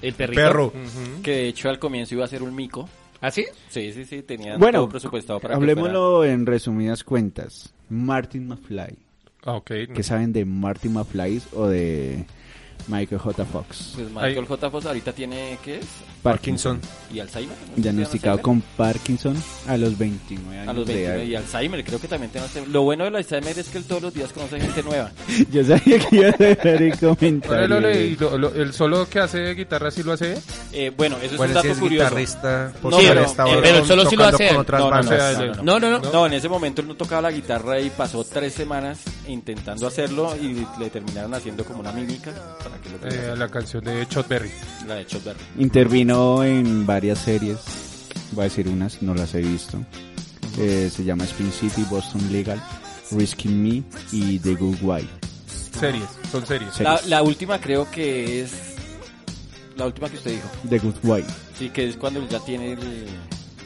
Speaker 1: el
Speaker 2: El
Speaker 1: perrito.
Speaker 2: perro.
Speaker 3: Ujú.
Speaker 5: Que de hecho al comienzo iba a ser un mico.
Speaker 1: ¿Ah, sí?
Speaker 5: Sí, sí, sí, tenía
Speaker 4: Bueno,
Speaker 5: todo presupuestado para que
Speaker 4: Hablemoslo en resumidas cuentas. Martin McFly.
Speaker 3: Ah, ok. no.
Speaker 4: ¿Qué saben de Marty McFly o de Michael J. Fox?
Speaker 5: Pues Michael J. Fox ahorita tiene, ¿qué es?
Speaker 2: Parkinson.
Speaker 5: ¿Y Alzheimer? ¿No
Speaker 4: Diagnosticado
Speaker 5: tiene
Speaker 4: con Parkinson a los 29 años.
Speaker 5: Alzheimer? A los
Speaker 4: de
Speaker 5: 29
Speaker 4: edad.
Speaker 5: y Alzheimer, creo que también tiene Alzheimer. Lo bueno del Alzheimer es que él todos los días conoce gente nueva.
Speaker 4: Yo sabía que iba a dejar el
Speaker 3: Órale,
Speaker 4: comentario.
Speaker 3: órale, y lo- lo- el solo que hace de guitarra sí lo hace. él?
Speaker 5: Eh, bueno, eso es
Speaker 2: Bueno, ese
Speaker 5: un dato
Speaker 2: es
Speaker 5: curioso.
Speaker 2: guitarrista por
Speaker 5: No, pero-
Speaker 2: esta
Speaker 5: eh,
Speaker 2: hora
Speaker 5: pero
Speaker 1: él solo sí lo
Speaker 2: tocando
Speaker 1: hace.
Speaker 2: con otras
Speaker 5: No, no, no,
Speaker 2: bandas.
Speaker 3: no, no, no.
Speaker 1: No, no, no.
Speaker 5: No, en ese momento él no tocaba la guitarra y pasó tres semanas intentando hacerlo y le terminaron haciendo como una mímica para que lo pudiera
Speaker 3: Eh,
Speaker 5: hacer.
Speaker 3: la canción de Chuck Berry.
Speaker 5: la de Chuck Berry.
Speaker 4: Intervino en varias series. Voy a decir unas, no las he visto. Eh, se llama Spin City, Boston Legal, Risking Me y The Good Wife.
Speaker 3: Series, son series.
Speaker 4: Sí.
Speaker 5: La, la última creo que es la última que usted dijo.
Speaker 4: The Good Wife.
Speaker 5: Sí, que es cuando él ya tiene el,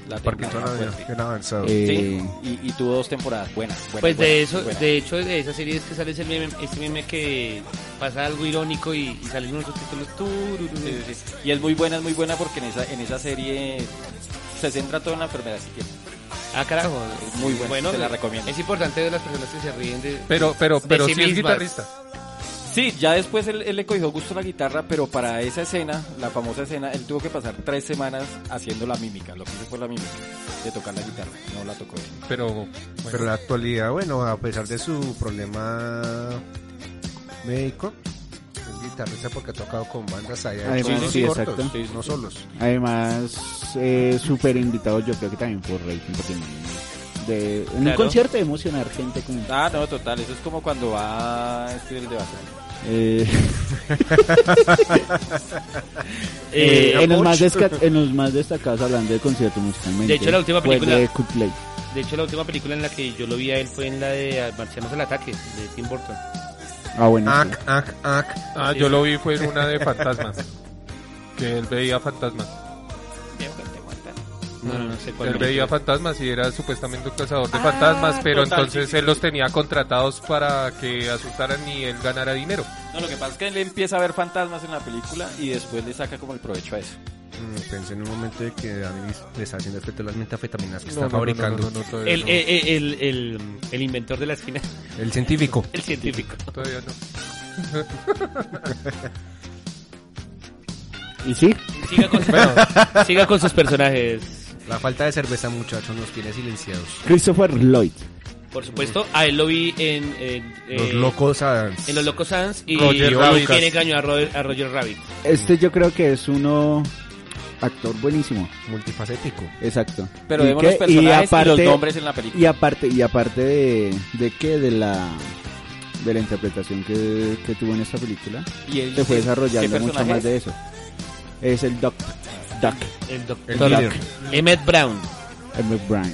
Speaker 5: la
Speaker 2: Parkinson
Speaker 5: temporada
Speaker 2: había-
Speaker 5: fuerte.
Speaker 2: era avanzado.
Speaker 4: Eh,
Speaker 5: Sí, y, y tuvo dos temporadas buenas. buenas,
Speaker 1: Pues de
Speaker 5: buenas,
Speaker 1: eso,
Speaker 5: buenas.
Speaker 1: de hecho, de esas series que sale ese meme, ese meme que pasa algo irónico y, y salen unos títulos. tururú.
Speaker 5: Sí, sí, sí. Y es muy buena, es muy buena porque en esa, en esa serie se centra toda en la enfermedad psiquiátrica.
Speaker 1: Ah, carajo.
Speaker 5: Es muy buena, se la recomiendo.
Speaker 1: Es importante de las personas que se ríen de.
Speaker 3: Pero, pero, pero
Speaker 1: De
Speaker 3: sí,
Speaker 1: sí
Speaker 3: es
Speaker 1: mismas.
Speaker 3: guitarrista.
Speaker 5: Sí, ya después él, él le cogió gusto a la guitarra, pero para esa escena, la famosa escena, él tuvo que pasar tres semanas haciendo la mímica. Lo que hizo fue la mímica de tocar la guitarra, no la tocó él.
Speaker 3: Pero, bueno,
Speaker 2: Pero en la actualidad, bueno, a pesar de su problema médico, es guitarrista porque ha tocado con bandas allá.
Speaker 4: Además,
Speaker 2: unos
Speaker 4: sí,
Speaker 2: cortos,
Speaker 4: exacto.
Speaker 2: sí, no solos.
Speaker 4: además, eh, súper invitado yo creo que también por rating. porque no- de, en un
Speaker 1: Claro.
Speaker 4: concierto de emocionar gente con...
Speaker 5: Ah, no, total, eso es como cuando va a escribir de base.
Speaker 4: eh,
Speaker 1: Eh,
Speaker 4: en, los más desca- en los más destacados hablando de concierto musicalmente.
Speaker 1: De hecho, la última
Speaker 4: fue el
Speaker 1: película-
Speaker 4: de Could Play.
Speaker 1: de hecho, la última película en la que yo lo vi a él fue en la de Marcianos al Ataque, de Tim Burton.
Speaker 4: Ah, bueno. sí.
Speaker 2: Ac, ac, ac.
Speaker 3: ah,
Speaker 1: Sí,
Speaker 3: yo
Speaker 1: sí.
Speaker 3: lo vi fue en una de fantasmas. que él veía fantasmas.
Speaker 5: pues,
Speaker 1: No, no, no sé cuál Ah,
Speaker 3: Él
Speaker 1: película.
Speaker 3: veía fantasmas y era supuestamente un cazador de fantasmas, pero
Speaker 5: total,
Speaker 3: entonces
Speaker 5: sí, sí,
Speaker 3: él los tenía contratados para que asustaran y él ganara dinero.
Speaker 5: No, lo que pasa es que él empieza a ver fantasmas en la película y después le saca como el provecho a eso.
Speaker 2: Mm, Pensé en un momento de que a mí le está haciendo efecto las metafetaminas que
Speaker 3: No,
Speaker 2: está
Speaker 3: no, no,
Speaker 2: fabricando.
Speaker 3: no, no, no, todavía
Speaker 1: El,
Speaker 3: no.
Speaker 1: eh, eh, el, el, el inventor de la esquina,
Speaker 2: El científico.
Speaker 1: el científico.
Speaker 3: Todavía no.
Speaker 4: ¿Y sí?
Speaker 1: Siga con, siga con sus personajes.
Speaker 2: La falta de cerveza, muchachos, nos tiene silenciados.
Speaker 4: Christopher Lloyd.
Speaker 1: Por supuesto, a él lo vi en, en,
Speaker 2: Los
Speaker 1: eh,
Speaker 2: locos Adams.
Speaker 1: en Los Locos Sans y
Speaker 3: Roger
Speaker 1: y
Speaker 3: Rabbit.
Speaker 1: quién engañó a Roger, a Roger Rabbit.
Speaker 4: Este yo creo que es uno actor buenísimo.
Speaker 2: Multifacético.
Speaker 4: Exacto.
Speaker 5: Pero
Speaker 4: ¿Y
Speaker 5: vemos
Speaker 4: qué?
Speaker 5: los personajes y, los
Speaker 4: aparte-
Speaker 5: nombres en la película.
Speaker 4: Y aparte, y aparte de, de qué, de la de la interpretación que, que tuvo en esta película,
Speaker 5: Y él
Speaker 4: se fue
Speaker 5: ¿qué- qué
Speaker 4: desarrollando mucho
Speaker 5: personaje
Speaker 4: más
Speaker 5: es?
Speaker 4: de eso. Es el Doc, Doc
Speaker 1: El
Speaker 2: El
Speaker 1: doctor
Speaker 2: líder.
Speaker 1: Emmett Brown.
Speaker 4: McBride.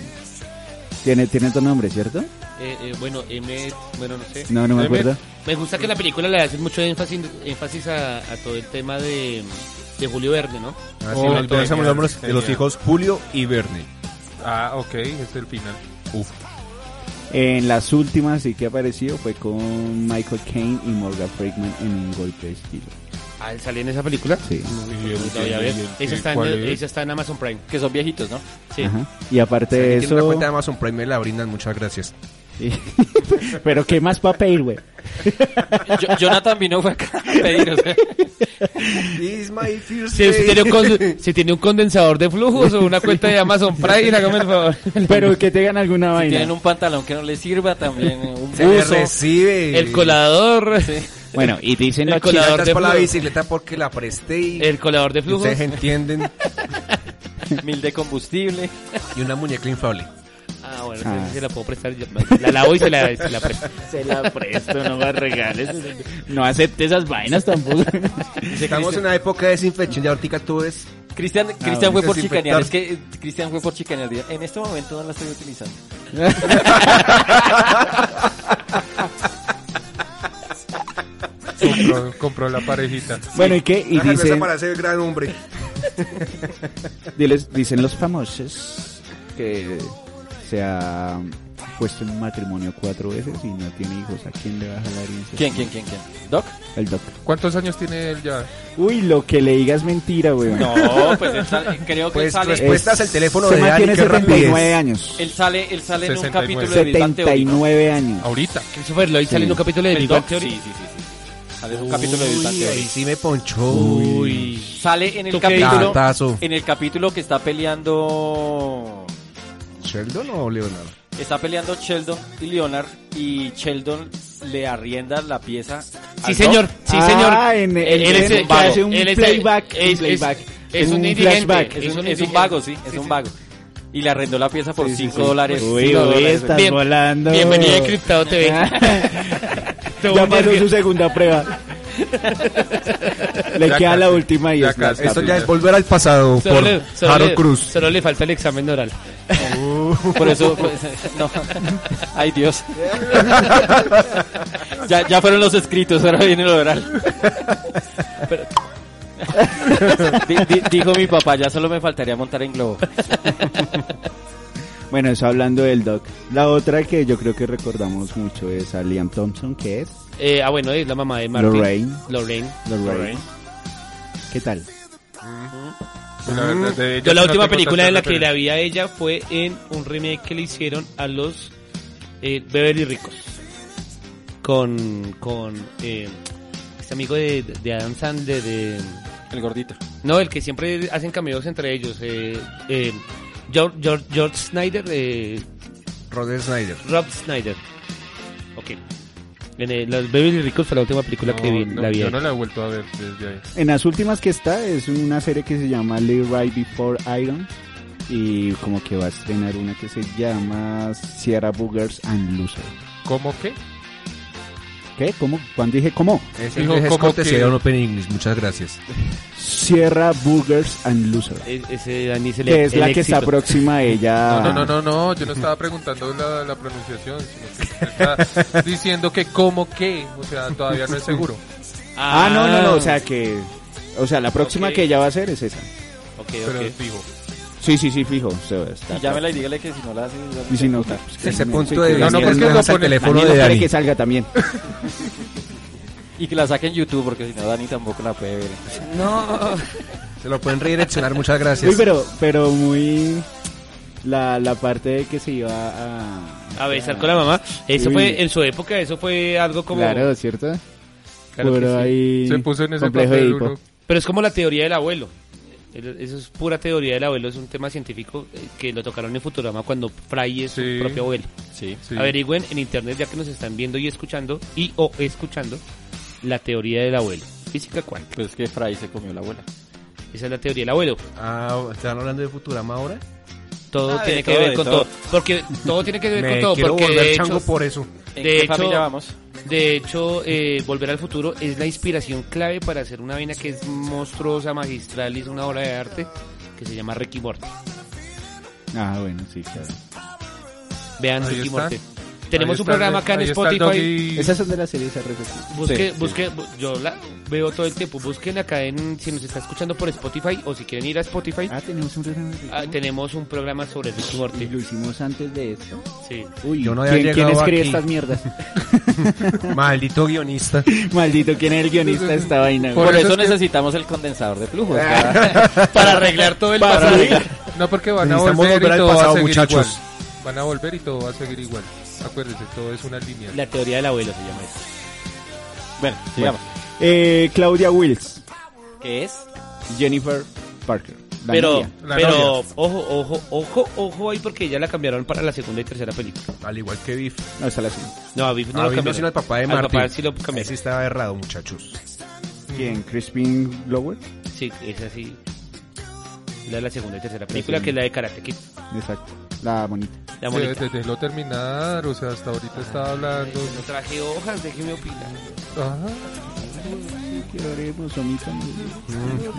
Speaker 4: Tiene, tiene otro nombre, ¿cierto?
Speaker 1: Eh, eh, bueno, Emmett, bueno, no sé.
Speaker 4: No, no me
Speaker 3: Emmett.
Speaker 4: acuerdo.
Speaker 1: Me gusta que en la película le hacen mucho énfasis, énfasis a, a todo el tema de, de Julio Verne, ¿no?
Speaker 2: Ah, sí,
Speaker 3: Oh,
Speaker 2: entonces
Speaker 3: genial,
Speaker 2: hablamos de los- de los
Speaker 3: genial.
Speaker 2: hijos Julio y Verne.
Speaker 3: Ah, ok, es el final.
Speaker 2: Uf.
Speaker 4: En las últimas sí que apareció fue con Michael Caine y Morgan Freeman en un golpe de estilo.
Speaker 1: Ah, él sale en esa película.
Speaker 4: Sí.
Speaker 1: La voy a ver. Esa está, en,
Speaker 3: ¿Cuál es?
Speaker 1: esa está en Amazon Prime.
Speaker 5: Que son viejitos, ¿no?
Speaker 1: Sí.
Speaker 4: Ajá. Y
Speaker 2: Si
Speaker 4: aparte de
Speaker 2: alguien
Speaker 4: eso...
Speaker 2: tiene una cuenta de Amazon Prime, me la brindan, muchas gracias.
Speaker 4: Pero qué más papel, güey.
Speaker 5: Yo- Jonathan vino fue acá a pedirnos.
Speaker 2: Is my first
Speaker 1: Si, si tiene un con- si tiene un condensador de flujos o una cuenta de Amazon Prime, hágame el favor.
Speaker 4: Pero que tengan alguna
Speaker 5: Si
Speaker 4: vaina.
Speaker 5: tienen un pantalón que no les sirva también, un
Speaker 2: Se me
Speaker 5: buzo.
Speaker 2: recibe.
Speaker 1: El colador.
Speaker 4: Bueno, y dicen
Speaker 1: El
Speaker 4: los
Speaker 1: colador
Speaker 4: chinos-
Speaker 2: Gracias
Speaker 1: de
Speaker 2: por la
Speaker 1: flujos.
Speaker 2: bicicleta porque la presté y
Speaker 1: El colador de flujos.
Speaker 2: ustedes entienden.
Speaker 5: mil de combustible.
Speaker 2: Y una muñeca inflable.
Speaker 1: Ah, bueno,
Speaker 4: Ah.
Speaker 1: entonces se la puedo prestar. yo- La lavo y se la, se la presto.
Speaker 4: Se la presto, no me regales. No acepte esas vainas tampoco.
Speaker 2: Estamos en una época de desinfección y ahorita tú ves.
Speaker 5: Cristian,
Speaker 4: Ah,
Speaker 2: bueno.
Speaker 5: Cristian fue por
Speaker 2: Desinfectar.
Speaker 5: chicanear. Es que eh, Cristian fue por chicanear. En este momento no la estoy utilizando.
Speaker 3: Compró, compró la parejita.
Speaker 4: bueno, ¿y qué? Y
Speaker 2: Una cerveza
Speaker 4: dicen,
Speaker 2: para ser gran hombre.
Speaker 4: diles- dicen los famosos que se ha puesto en matrimonio cuatro veces y no tiene hijos. ¿A quién le va a jalar incesto?
Speaker 5: ¿Quién, quién, quién, quién? ¿Doc?
Speaker 4: El doc.
Speaker 3: ¿Cuántos años tiene él ya?
Speaker 4: Uy, lo que le digas es mentira, weón.
Speaker 5: No, pues él sale- creo que él
Speaker 2: Pues tu
Speaker 5: sale.
Speaker 2: respuesta es el teléfono
Speaker 4: Se
Speaker 2: de Dani,
Speaker 4: mantiene
Speaker 2: qué
Speaker 4: 79
Speaker 2: rapidez.
Speaker 4: años.
Speaker 5: Él sale, él sale en un
Speaker 3: 69.
Speaker 5: capítulo de Big Bang Theory. ¿no?
Speaker 4: 79 años.
Speaker 3: Ahorita.
Speaker 1: Christopher Lloyd sale en un capítulo de
Speaker 5: ¿El
Speaker 1: Big
Speaker 5: Doc?
Speaker 1: Bang
Speaker 5: Sí,
Speaker 1: Theory.
Speaker 5: sí, sí, sí. Sale en un capítulo de Big Bang
Speaker 2: Uy, ahí
Speaker 5: Theory.
Speaker 2: sí me ponchó.
Speaker 1: Uy.
Speaker 5: Sale en el
Speaker 1: ¿Tú qué
Speaker 5: capítulo.
Speaker 2: Datazo.
Speaker 5: En el capítulo que está peleando.
Speaker 2: ¿Sheldon o Leonardo?
Speaker 5: Está peleando Sheldon y Leonard. Y Sheldon le arrienda la pieza.
Speaker 1: Sí, señor. Sí, señor.
Speaker 4: Ah, en- en-
Speaker 1: él es
Speaker 4: en-
Speaker 1: el
Speaker 4: que
Speaker 1: vago.
Speaker 4: hace un
Speaker 1: Él es el-
Speaker 4: playback, un
Speaker 1: Es, es-
Speaker 4: playback.
Speaker 1: es
Speaker 4: Un
Speaker 1: un
Speaker 4: flashback.
Speaker 1: dirigente.
Speaker 5: Es, un, es
Speaker 1: dirigente.
Speaker 5: un vago, sí, es un vago. Y le arrendó la pieza por 5 dólares.
Speaker 4: Uy,
Speaker 5: cinco
Speaker 4: uy,
Speaker 5: dólares.
Speaker 4: estás
Speaker 1: Bien-
Speaker 4: volando.
Speaker 1: Bienvenido a Criptado TV. Todo
Speaker 4: ya
Speaker 1: un
Speaker 4: pasó
Speaker 1: nervio.
Speaker 4: su segunda prueba. Le
Speaker 3: Ya
Speaker 4: queda la
Speaker 3: casi,
Speaker 4: última y
Speaker 3: ya
Speaker 4: es la
Speaker 3: casi.
Speaker 2: Esto
Speaker 4: escape.
Speaker 2: ya es volver al pasado
Speaker 1: Solo
Speaker 2: por
Speaker 1: le- solo
Speaker 2: Harold
Speaker 1: le-
Speaker 2: Cruz.
Speaker 1: Solo le falta el examen oral.
Speaker 5: Por eso, pues, no. Ay, Dios. Ya, ya fueron los escritos, ahora viene lo oral. Pero- Di- di- dijo mi papá, ya solo me faltaría montar en globo.
Speaker 4: Bueno, eso hablando del Doc. La otra que yo creo que recordamos mucho es a Liam Thompson, que es
Speaker 1: Eh, ah, bueno, es la mamá de Martin.
Speaker 4: Lorraine.
Speaker 1: Lorraine.
Speaker 4: Lorraine. ¿Qué tal?
Speaker 3: La verdad, de ella
Speaker 1: Mm. Yo la
Speaker 3: no
Speaker 1: última
Speaker 3: tengo
Speaker 1: película
Speaker 3: tanta
Speaker 1: en la que la
Speaker 3: referencia.
Speaker 1: vi a ella fue en un remake que le hicieron a los eh, Beverly Ricos. Con, con eh, este amigo de, de Adam Sandler. de-
Speaker 5: El gordito.
Speaker 1: no, el que siempre hacen cameos entre ellos. eh, eh, George, George- George Snyder, eh,
Speaker 2: Roder Snyder.
Speaker 1: Rob Snyder. Ok. En, eh, los Beverly Ricos fue la última película que vi,
Speaker 3: No,
Speaker 1: la
Speaker 3: no,
Speaker 1: vi. a
Speaker 3: Yo
Speaker 1: ella.
Speaker 3: no la he vuelto a ver desde ahí.
Speaker 4: En las últimas que está es una serie que se llama Live Right Before Iron y como que va a estrenar una que se llama Sierra Boogers and Loser.
Speaker 3: ¿Cómo qué?
Speaker 4: ¿Qué? ¿Cómo? ¿Cuándo dije cómo?
Speaker 2: Es,
Speaker 3: Dijo,
Speaker 2: es
Speaker 3: ¿cómo
Speaker 2: cortesía
Speaker 3: que?
Speaker 2: de un Open English, muchas gracias.
Speaker 4: Sierra Boogers and Loser.
Speaker 1: E- Ese Dani se le
Speaker 4: Que es
Speaker 1: el
Speaker 4: la que está
Speaker 1: éxito.
Speaker 4: próxima a
Speaker 1: Ah.
Speaker 4: ella.
Speaker 3: No, no, no, no, no, yo no estaba preguntando la, la pronunciación, sino que estaba diciendo que como que, o sea, todavía no es seguro.
Speaker 4: Ah, no, no, no, o sea que... O sea, la próxima
Speaker 1: Ok.
Speaker 4: que ella va a hacer es esa.
Speaker 1: Ok,
Speaker 3: Pero
Speaker 1: ok.
Speaker 3: fijo.
Speaker 4: Sí, sí, sí, fijo. o sea, está-
Speaker 5: Y llámela y dígale que si no la hace. ya no
Speaker 4: Y si no,
Speaker 5: puta.
Speaker 4: pues, que
Speaker 2: Ese
Speaker 4: no,
Speaker 2: punto
Speaker 4: sí,
Speaker 2: de
Speaker 3: No,
Speaker 4: que-
Speaker 3: no,
Speaker 2: vista
Speaker 3: porque
Speaker 2: es
Speaker 3: lo
Speaker 2: más al
Speaker 3: pone-
Speaker 2: teléfono
Speaker 4: Daniel no
Speaker 2: de
Speaker 4: quiere
Speaker 2: Dani.
Speaker 4: que salga también.
Speaker 5: Y que la saque en YouTube, porque si no, Dani tampoco la puede ver.
Speaker 2: Se lo pueden redireccionar, muchas
Speaker 4: Uy,
Speaker 2: gracias.
Speaker 4: pero, pero muy... La, la parte de que se iba a...
Speaker 1: A besar con la mamá. Eso
Speaker 4: Uy.
Speaker 1: fue en su época, eso fue algo como.
Speaker 4: Claro, ¿cierto?
Speaker 1: Claro que
Speaker 4: Pero
Speaker 1: sí.
Speaker 4: ahí...
Speaker 3: Se puso en ese
Speaker 4: complejo de
Speaker 3: papel
Speaker 4: Edipo.
Speaker 3: uno.
Speaker 1: Pero es como la teoría del abuelo. El- Eso es pura teoría del abuelo, es un tema científico eh, que lo tocaron en Futurama cuando Fry es
Speaker 3: Sí.
Speaker 1: su propio abuelo.
Speaker 5: Sí.
Speaker 3: Sí.
Speaker 1: Averigüen en internet ya que nos están viendo y escuchando y o escuchando la teoría del abuelo. Física cuántica.
Speaker 5: Pues es que Fry se comió la abuela.
Speaker 1: Esa es la teoría del abuelo.
Speaker 2: Ah, ¿están hablando de Futurama ahora?
Speaker 1: Todo
Speaker 5: Ah, de
Speaker 1: tiene que
Speaker 5: todo,
Speaker 1: ver
Speaker 5: de
Speaker 1: con todo.
Speaker 5: todo.
Speaker 1: Porque todo tiene que ver
Speaker 2: Me
Speaker 1: con todo.
Speaker 2: quiero
Speaker 1: Porque
Speaker 2: volver
Speaker 1: de
Speaker 2: chango
Speaker 1: hecho,
Speaker 2: por eso.
Speaker 5: ¿En
Speaker 1: De
Speaker 5: qué
Speaker 1: hecho-
Speaker 5: familia vamos?
Speaker 1: De hecho, eh, Volver al Futuro es la inspiración clave para hacer una vaina que es monstruosa, magistral y es una obra de arte que se llama Ricky Morty.
Speaker 4: Ah, bueno, sí, claro.
Speaker 1: Vean
Speaker 3: Ahí
Speaker 1: Ricky
Speaker 3: está.
Speaker 1: Morty. Tenemos
Speaker 3: Ahí
Speaker 1: un
Speaker 3: está,
Speaker 1: programa acá en
Speaker 3: ahí está el
Speaker 1: Spotify.
Speaker 3: doggy.
Speaker 4: Esas son de las series RPC.
Speaker 1: Busque,
Speaker 5: Sí, sí.
Speaker 1: busque, bu- yo la veo todo el tiempo. Busquen acá en, si nos está escuchando por Spotify o si quieren ir a Spotify,
Speaker 4: Ah, tenemos un programa. de
Speaker 1: ah, tenemos un programa sobre Ricky
Speaker 4: Y
Speaker 1: Morty.
Speaker 4: lo hicimos antes de esto.
Speaker 1: Sí.
Speaker 4: Uy,
Speaker 2: Yo no había
Speaker 4: ¿quién, ¿quién
Speaker 2: llegado
Speaker 4: escribe
Speaker 2: aquí.
Speaker 4: estas mierdas?
Speaker 2: Maldito guionista.
Speaker 4: Maldito, ¿quién es el guionista de esta vaina?
Speaker 5: Por,
Speaker 3: Por eso
Speaker 5: eso,
Speaker 3: es que-
Speaker 5: necesitamos el condensador de flujos. para-
Speaker 1: Para arreglar todo el
Speaker 5: para
Speaker 1: pasado.
Speaker 5: arreglar.
Speaker 3: No, porque van a
Speaker 2: Necesitamos
Speaker 3: volver
Speaker 2: volver
Speaker 3: y
Speaker 2: al
Speaker 3: todo va
Speaker 2: pasado,
Speaker 3: a seguir
Speaker 2: muchachos.
Speaker 3: igual. Van a volver y todo va a seguir igual. Acuérdense, todo es una línea.
Speaker 1: La teoría del abuelo se llama eso.
Speaker 5: Bueno, sigamos.
Speaker 4: Eh, Claudia Wills,
Speaker 5: ¿Qué es?
Speaker 4: Jennifer Parker. la
Speaker 1: Pero,
Speaker 4: novia.
Speaker 3: La
Speaker 1: pero,
Speaker 3: novia.
Speaker 1: ojo, ojo, ojo, ojo ahí porque ya la cambiaron para la segunda y tercera película.
Speaker 2: Al igual que Biff.
Speaker 4: No, está la segunda.
Speaker 1: No, a Biff no
Speaker 2: Ah,
Speaker 1: lo
Speaker 2: Biff no,
Speaker 1: cambiaron.
Speaker 2: sino al papá de
Speaker 1: Al
Speaker 2: Marty.
Speaker 1: papá sí lo
Speaker 2: Ahí
Speaker 1: cambiaron.
Speaker 2: sí estaba errado, muchachos.
Speaker 4: ¿Quién? Crispin Glover.
Speaker 1: Sí, es así. La de la segunda y tercera película, que es la de Karate Kid.
Speaker 4: Exacto. La bonita.
Speaker 1: La
Speaker 3: Sí,
Speaker 1: bonita.
Speaker 3: Desde lo terminar, o sea, hasta ahorita estaba hablando. Ah,
Speaker 1: No traje hojas, déjeme opinar.
Speaker 3: Ajá.
Speaker 4: ¿Qué haremos, omita?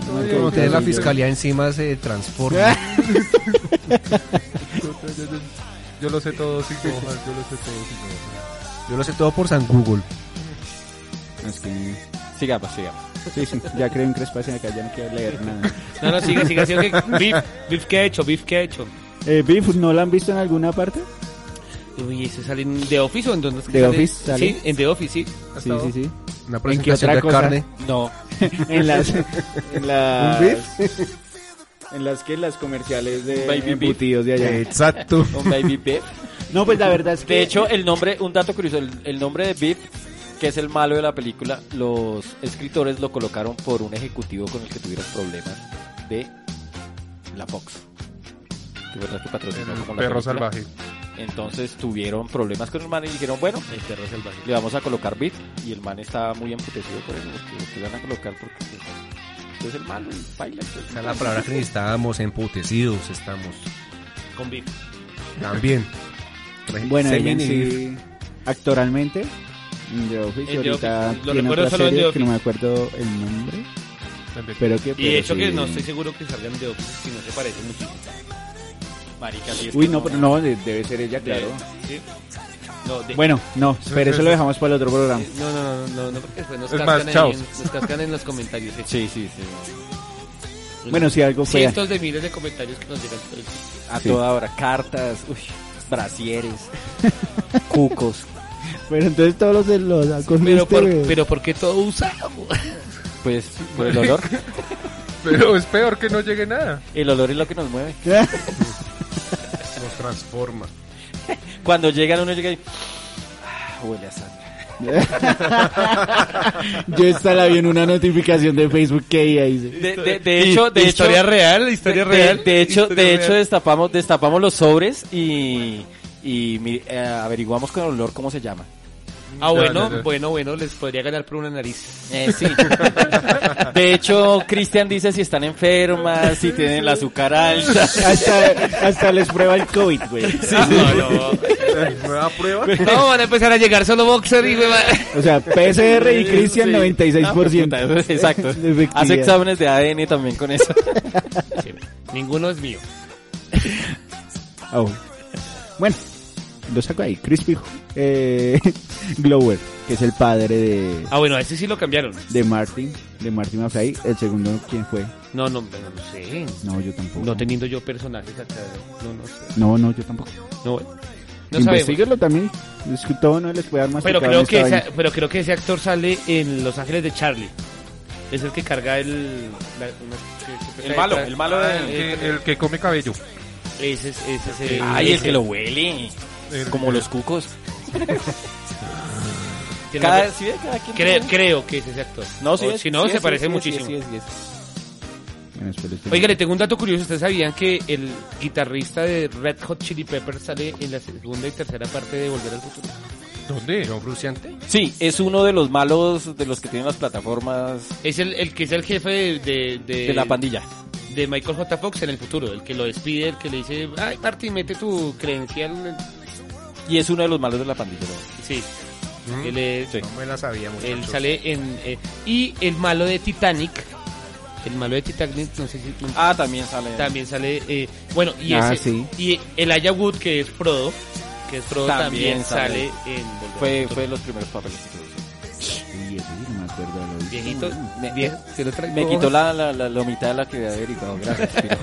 Speaker 2: Cuando tiene la fiscalía encima se transforma.
Speaker 3: Yo lo sé todo sin hojas, yo lo sé todo sin hojas.
Speaker 2: Yo lo sé todo por San Google.
Speaker 4: Es que-
Speaker 5: Sigamos, sigamos.
Speaker 4: Sí, sí, ya creo en Crespace acá, ya no quiero leer nada.
Speaker 1: No, no, sigue, sigue, sigue. Biff, Biff, ¿qué ha hecho? Biff, ¿qué ha hecho?
Speaker 4: Eh, Biff, ¿no la han visto en alguna parte?
Speaker 1: Uy, eso sale en The Office o en dónde es que
Speaker 4: The
Speaker 1: sale?
Speaker 4: Office sale.
Speaker 1: Sí, en The Office, sí.
Speaker 4: Sí, sí, sí.
Speaker 2: Una
Speaker 4: ¿En qué
Speaker 2: presentación
Speaker 4: otra
Speaker 2: de
Speaker 4: cosa?
Speaker 2: carne.
Speaker 5: No,
Speaker 4: En las. En las.
Speaker 2: ¿Un beef?
Speaker 4: En las que las comerciales de
Speaker 5: Baby beef.
Speaker 4: embutidos de allá.
Speaker 2: Exacto.
Speaker 5: un baby beef.
Speaker 4: No, pues la verdad es que.
Speaker 5: De hecho, el nombre, un dato curioso, el, el nombre de Beef, que es el malo de la película, los escritores lo colocaron por un ejecutivo con el que tuvieron problemas de la Fox. Que verdad que patrocinó
Speaker 3: El
Speaker 5: como la
Speaker 3: perro
Speaker 5: película.
Speaker 3: salvaje.
Speaker 5: Entonces tuvieron problemas con el man y dijeron, bueno,
Speaker 1: El perro salvaje.
Speaker 5: le vamos a colocar Beef. Y el man estaba muy emputecido por eso, porque le van a colocar porque es- es el malo y baila. pues. entonces-
Speaker 2: Esa es la palabra que necesitábamos, emputecidos estamos.
Speaker 1: Con Vic.
Speaker 2: También.
Speaker 4: Bueno,
Speaker 2: Semen
Speaker 4: ella en
Speaker 2: y-
Speaker 4: sí, Actualmente. en The Office.
Speaker 1: En The
Speaker 4: ahorita
Speaker 1: Office, Eh, lo
Speaker 4: tiene
Speaker 1: recuerdo
Speaker 4: otra
Speaker 1: solo en
Speaker 4: serie
Speaker 1: The
Speaker 4: que no me acuerdo el nombre. Pero que.
Speaker 1: Y de hecho que
Speaker 4: sí.
Speaker 1: no estoy seguro que salgan The Office, si no se parecen mucho.
Speaker 5: Marica, sí, es
Speaker 4: Uy,
Speaker 5: que
Speaker 4: no, pero no, de- debe ser ella, claro.
Speaker 1: Sí. No, de-
Speaker 4: Bueno, no, pero eso lo dejamos para el otro programa.
Speaker 1: No, no, no, no, no, porque después nos,
Speaker 3: Es
Speaker 1: cascan,
Speaker 3: más, chao.
Speaker 1: ahí en, nos cascan en los comentarios. ¿eh?
Speaker 5: Sí, sí, sí.
Speaker 4: Bueno, si algo fue.
Speaker 1: Cientos de miles de comentarios que nos llegan. pues, todo el tiempo.
Speaker 5: A
Speaker 4: Sí.
Speaker 5: toda hora, cartas, uy, brasieres, cucos.
Speaker 4: Pero entonces todos los de los
Speaker 1: Pero
Speaker 4: acogiste,
Speaker 1: por,
Speaker 4: güey.
Speaker 1: pero ¿por qué todo usado?
Speaker 5: Pues por el olor.
Speaker 3: Pero es peor que no llegue nada.
Speaker 5: El olor es lo que nos mueve.
Speaker 2: Nos transforma.
Speaker 5: Cuando llegan uno llega y... "Ah, Huele a sangre.
Speaker 4: Yo esta la vi en una notificación de Facebook que ella dice.
Speaker 5: De, de- de hecho, de hecho,
Speaker 1: historia real, historia
Speaker 5: de-
Speaker 1: real.
Speaker 5: de hecho,
Speaker 1: historia
Speaker 5: de hecho
Speaker 1: real.
Speaker 5: destapamos, destapamos los sobres y, y mi- eh, averiguamos con el olor cómo se llama.
Speaker 1: Ah,
Speaker 3: Ya,
Speaker 1: bueno,
Speaker 3: ya, ya.
Speaker 1: bueno, bueno, les podría ganar por una nariz.
Speaker 5: Eh, sí. De hecho, Cristian dice si están enfermas, si tienen el azúcar alta.
Speaker 4: Hasta, hasta les prueba el COVID, güey.
Speaker 1: No, Ah, no.
Speaker 2: Nueva prueba.
Speaker 1: No, van a empezar a llegar solo boxer y hueva.
Speaker 4: O sea, PCR y Cristian
Speaker 5: Sí.
Speaker 4: 96%.
Speaker 5: Ah, puta, Exacto.
Speaker 4: de efectividad.
Speaker 5: Hace exámenes de ADN también con eso.
Speaker 1: Sí, Ninguno es mío.
Speaker 4: Oh. Bueno, lo saco ahí. Crispy eh, Glover, que es el padre de,
Speaker 1: Ah, bueno, a ese sí lo cambiaron.
Speaker 4: de Martin, de Martin McFly. El segundo, ¿quién fue?
Speaker 1: No, no, no, no sé.
Speaker 4: No, yo tampoco.
Speaker 1: No teniendo yo personajes acá. No, no sé.
Speaker 4: No, no, yo tampoco.
Speaker 1: No, bueno. no sabemos.
Speaker 4: Investíguelo también. Es que todo no les puede dar más
Speaker 1: Pero creo, que esa- pero creo que ese actor sale en Los Ángeles de Charlie. Es el que carga el... la- una- que se pega detrás.
Speaker 3: Ah, el, que, el que come cabello.
Speaker 1: Ese es, ese es el...
Speaker 5: Ay, el
Speaker 1: ese.
Speaker 5: que lo huele.
Speaker 3: El-
Speaker 5: Como los cucos.
Speaker 1: Tiene
Speaker 5: Cada,
Speaker 1: nombre-
Speaker 5: ¿sí ve? Cada quien
Speaker 1: Creo,
Speaker 5: tiene-
Speaker 1: creo que es ese actor.
Speaker 5: No, sí
Speaker 1: O
Speaker 5: es,
Speaker 1: si no,
Speaker 5: sí
Speaker 1: se
Speaker 5: es,
Speaker 1: parece
Speaker 5: sí es,
Speaker 1: muchísimo.
Speaker 5: sí es, sí es.
Speaker 4: este
Speaker 1: Oiga, le tengo un dato curioso. ¿Ustedes sabían que el guitarrista de Red Hot Chili Peppers sale en la segunda y tercera parte de Volver al Futuro?
Speaker 3: ¿Dónde?
Speaker 2: John Fruciante.
Speaker 5: Sí, es uno de los malos de los que tienen las plataformas
Speaker 1: Es el, el que es el jefe de, de, de-
Speaker 5: de la pandilla.
Speaker 1: de Michael J. Fox en el futuro. El que lo despide, el que le dice, ay, Marty, mete tu credencial.
Speaker 5: Y es uno de los malos de la pandilla. ¿no?
Speaker 1: Sí,
Speaker 2: Mm,
Speaker 1: él, es-
Speaker 5: Sí.
Speaker 2: No me la sabía, muchachos.
Speaker 1: él sale en... eh, y el malo de Titanic. El malo de Titanic, no sé si...
Speaker 5: Ah, también sale.
Speaker 1: También sale... eh, bueno, y,
Speaker 4: Ah,
Speaker 1: ese,
Speaker 4: sí.
Speaker 1: y el Aya Wood, que es Frodo. Que es Frodo, también,
Speaker 5: También
Speaker 1: sale,
Speaker 5: sale.
Speaker 1: en... Volver al
Speaker 5: Fue,
Speaker 1: Futuro.
Speaker 5: fue de los primeros papeles. que tuve.
Speaker 4: no me acuerdo. Lo vi.
Speaker 1: Viejito,
Speaker 5: Me-
Speaker 1: vie- se lo traigo.
Speaker 5: Me quitó la, la, la, la mitad de la que había averiguado. Gracias. Piro.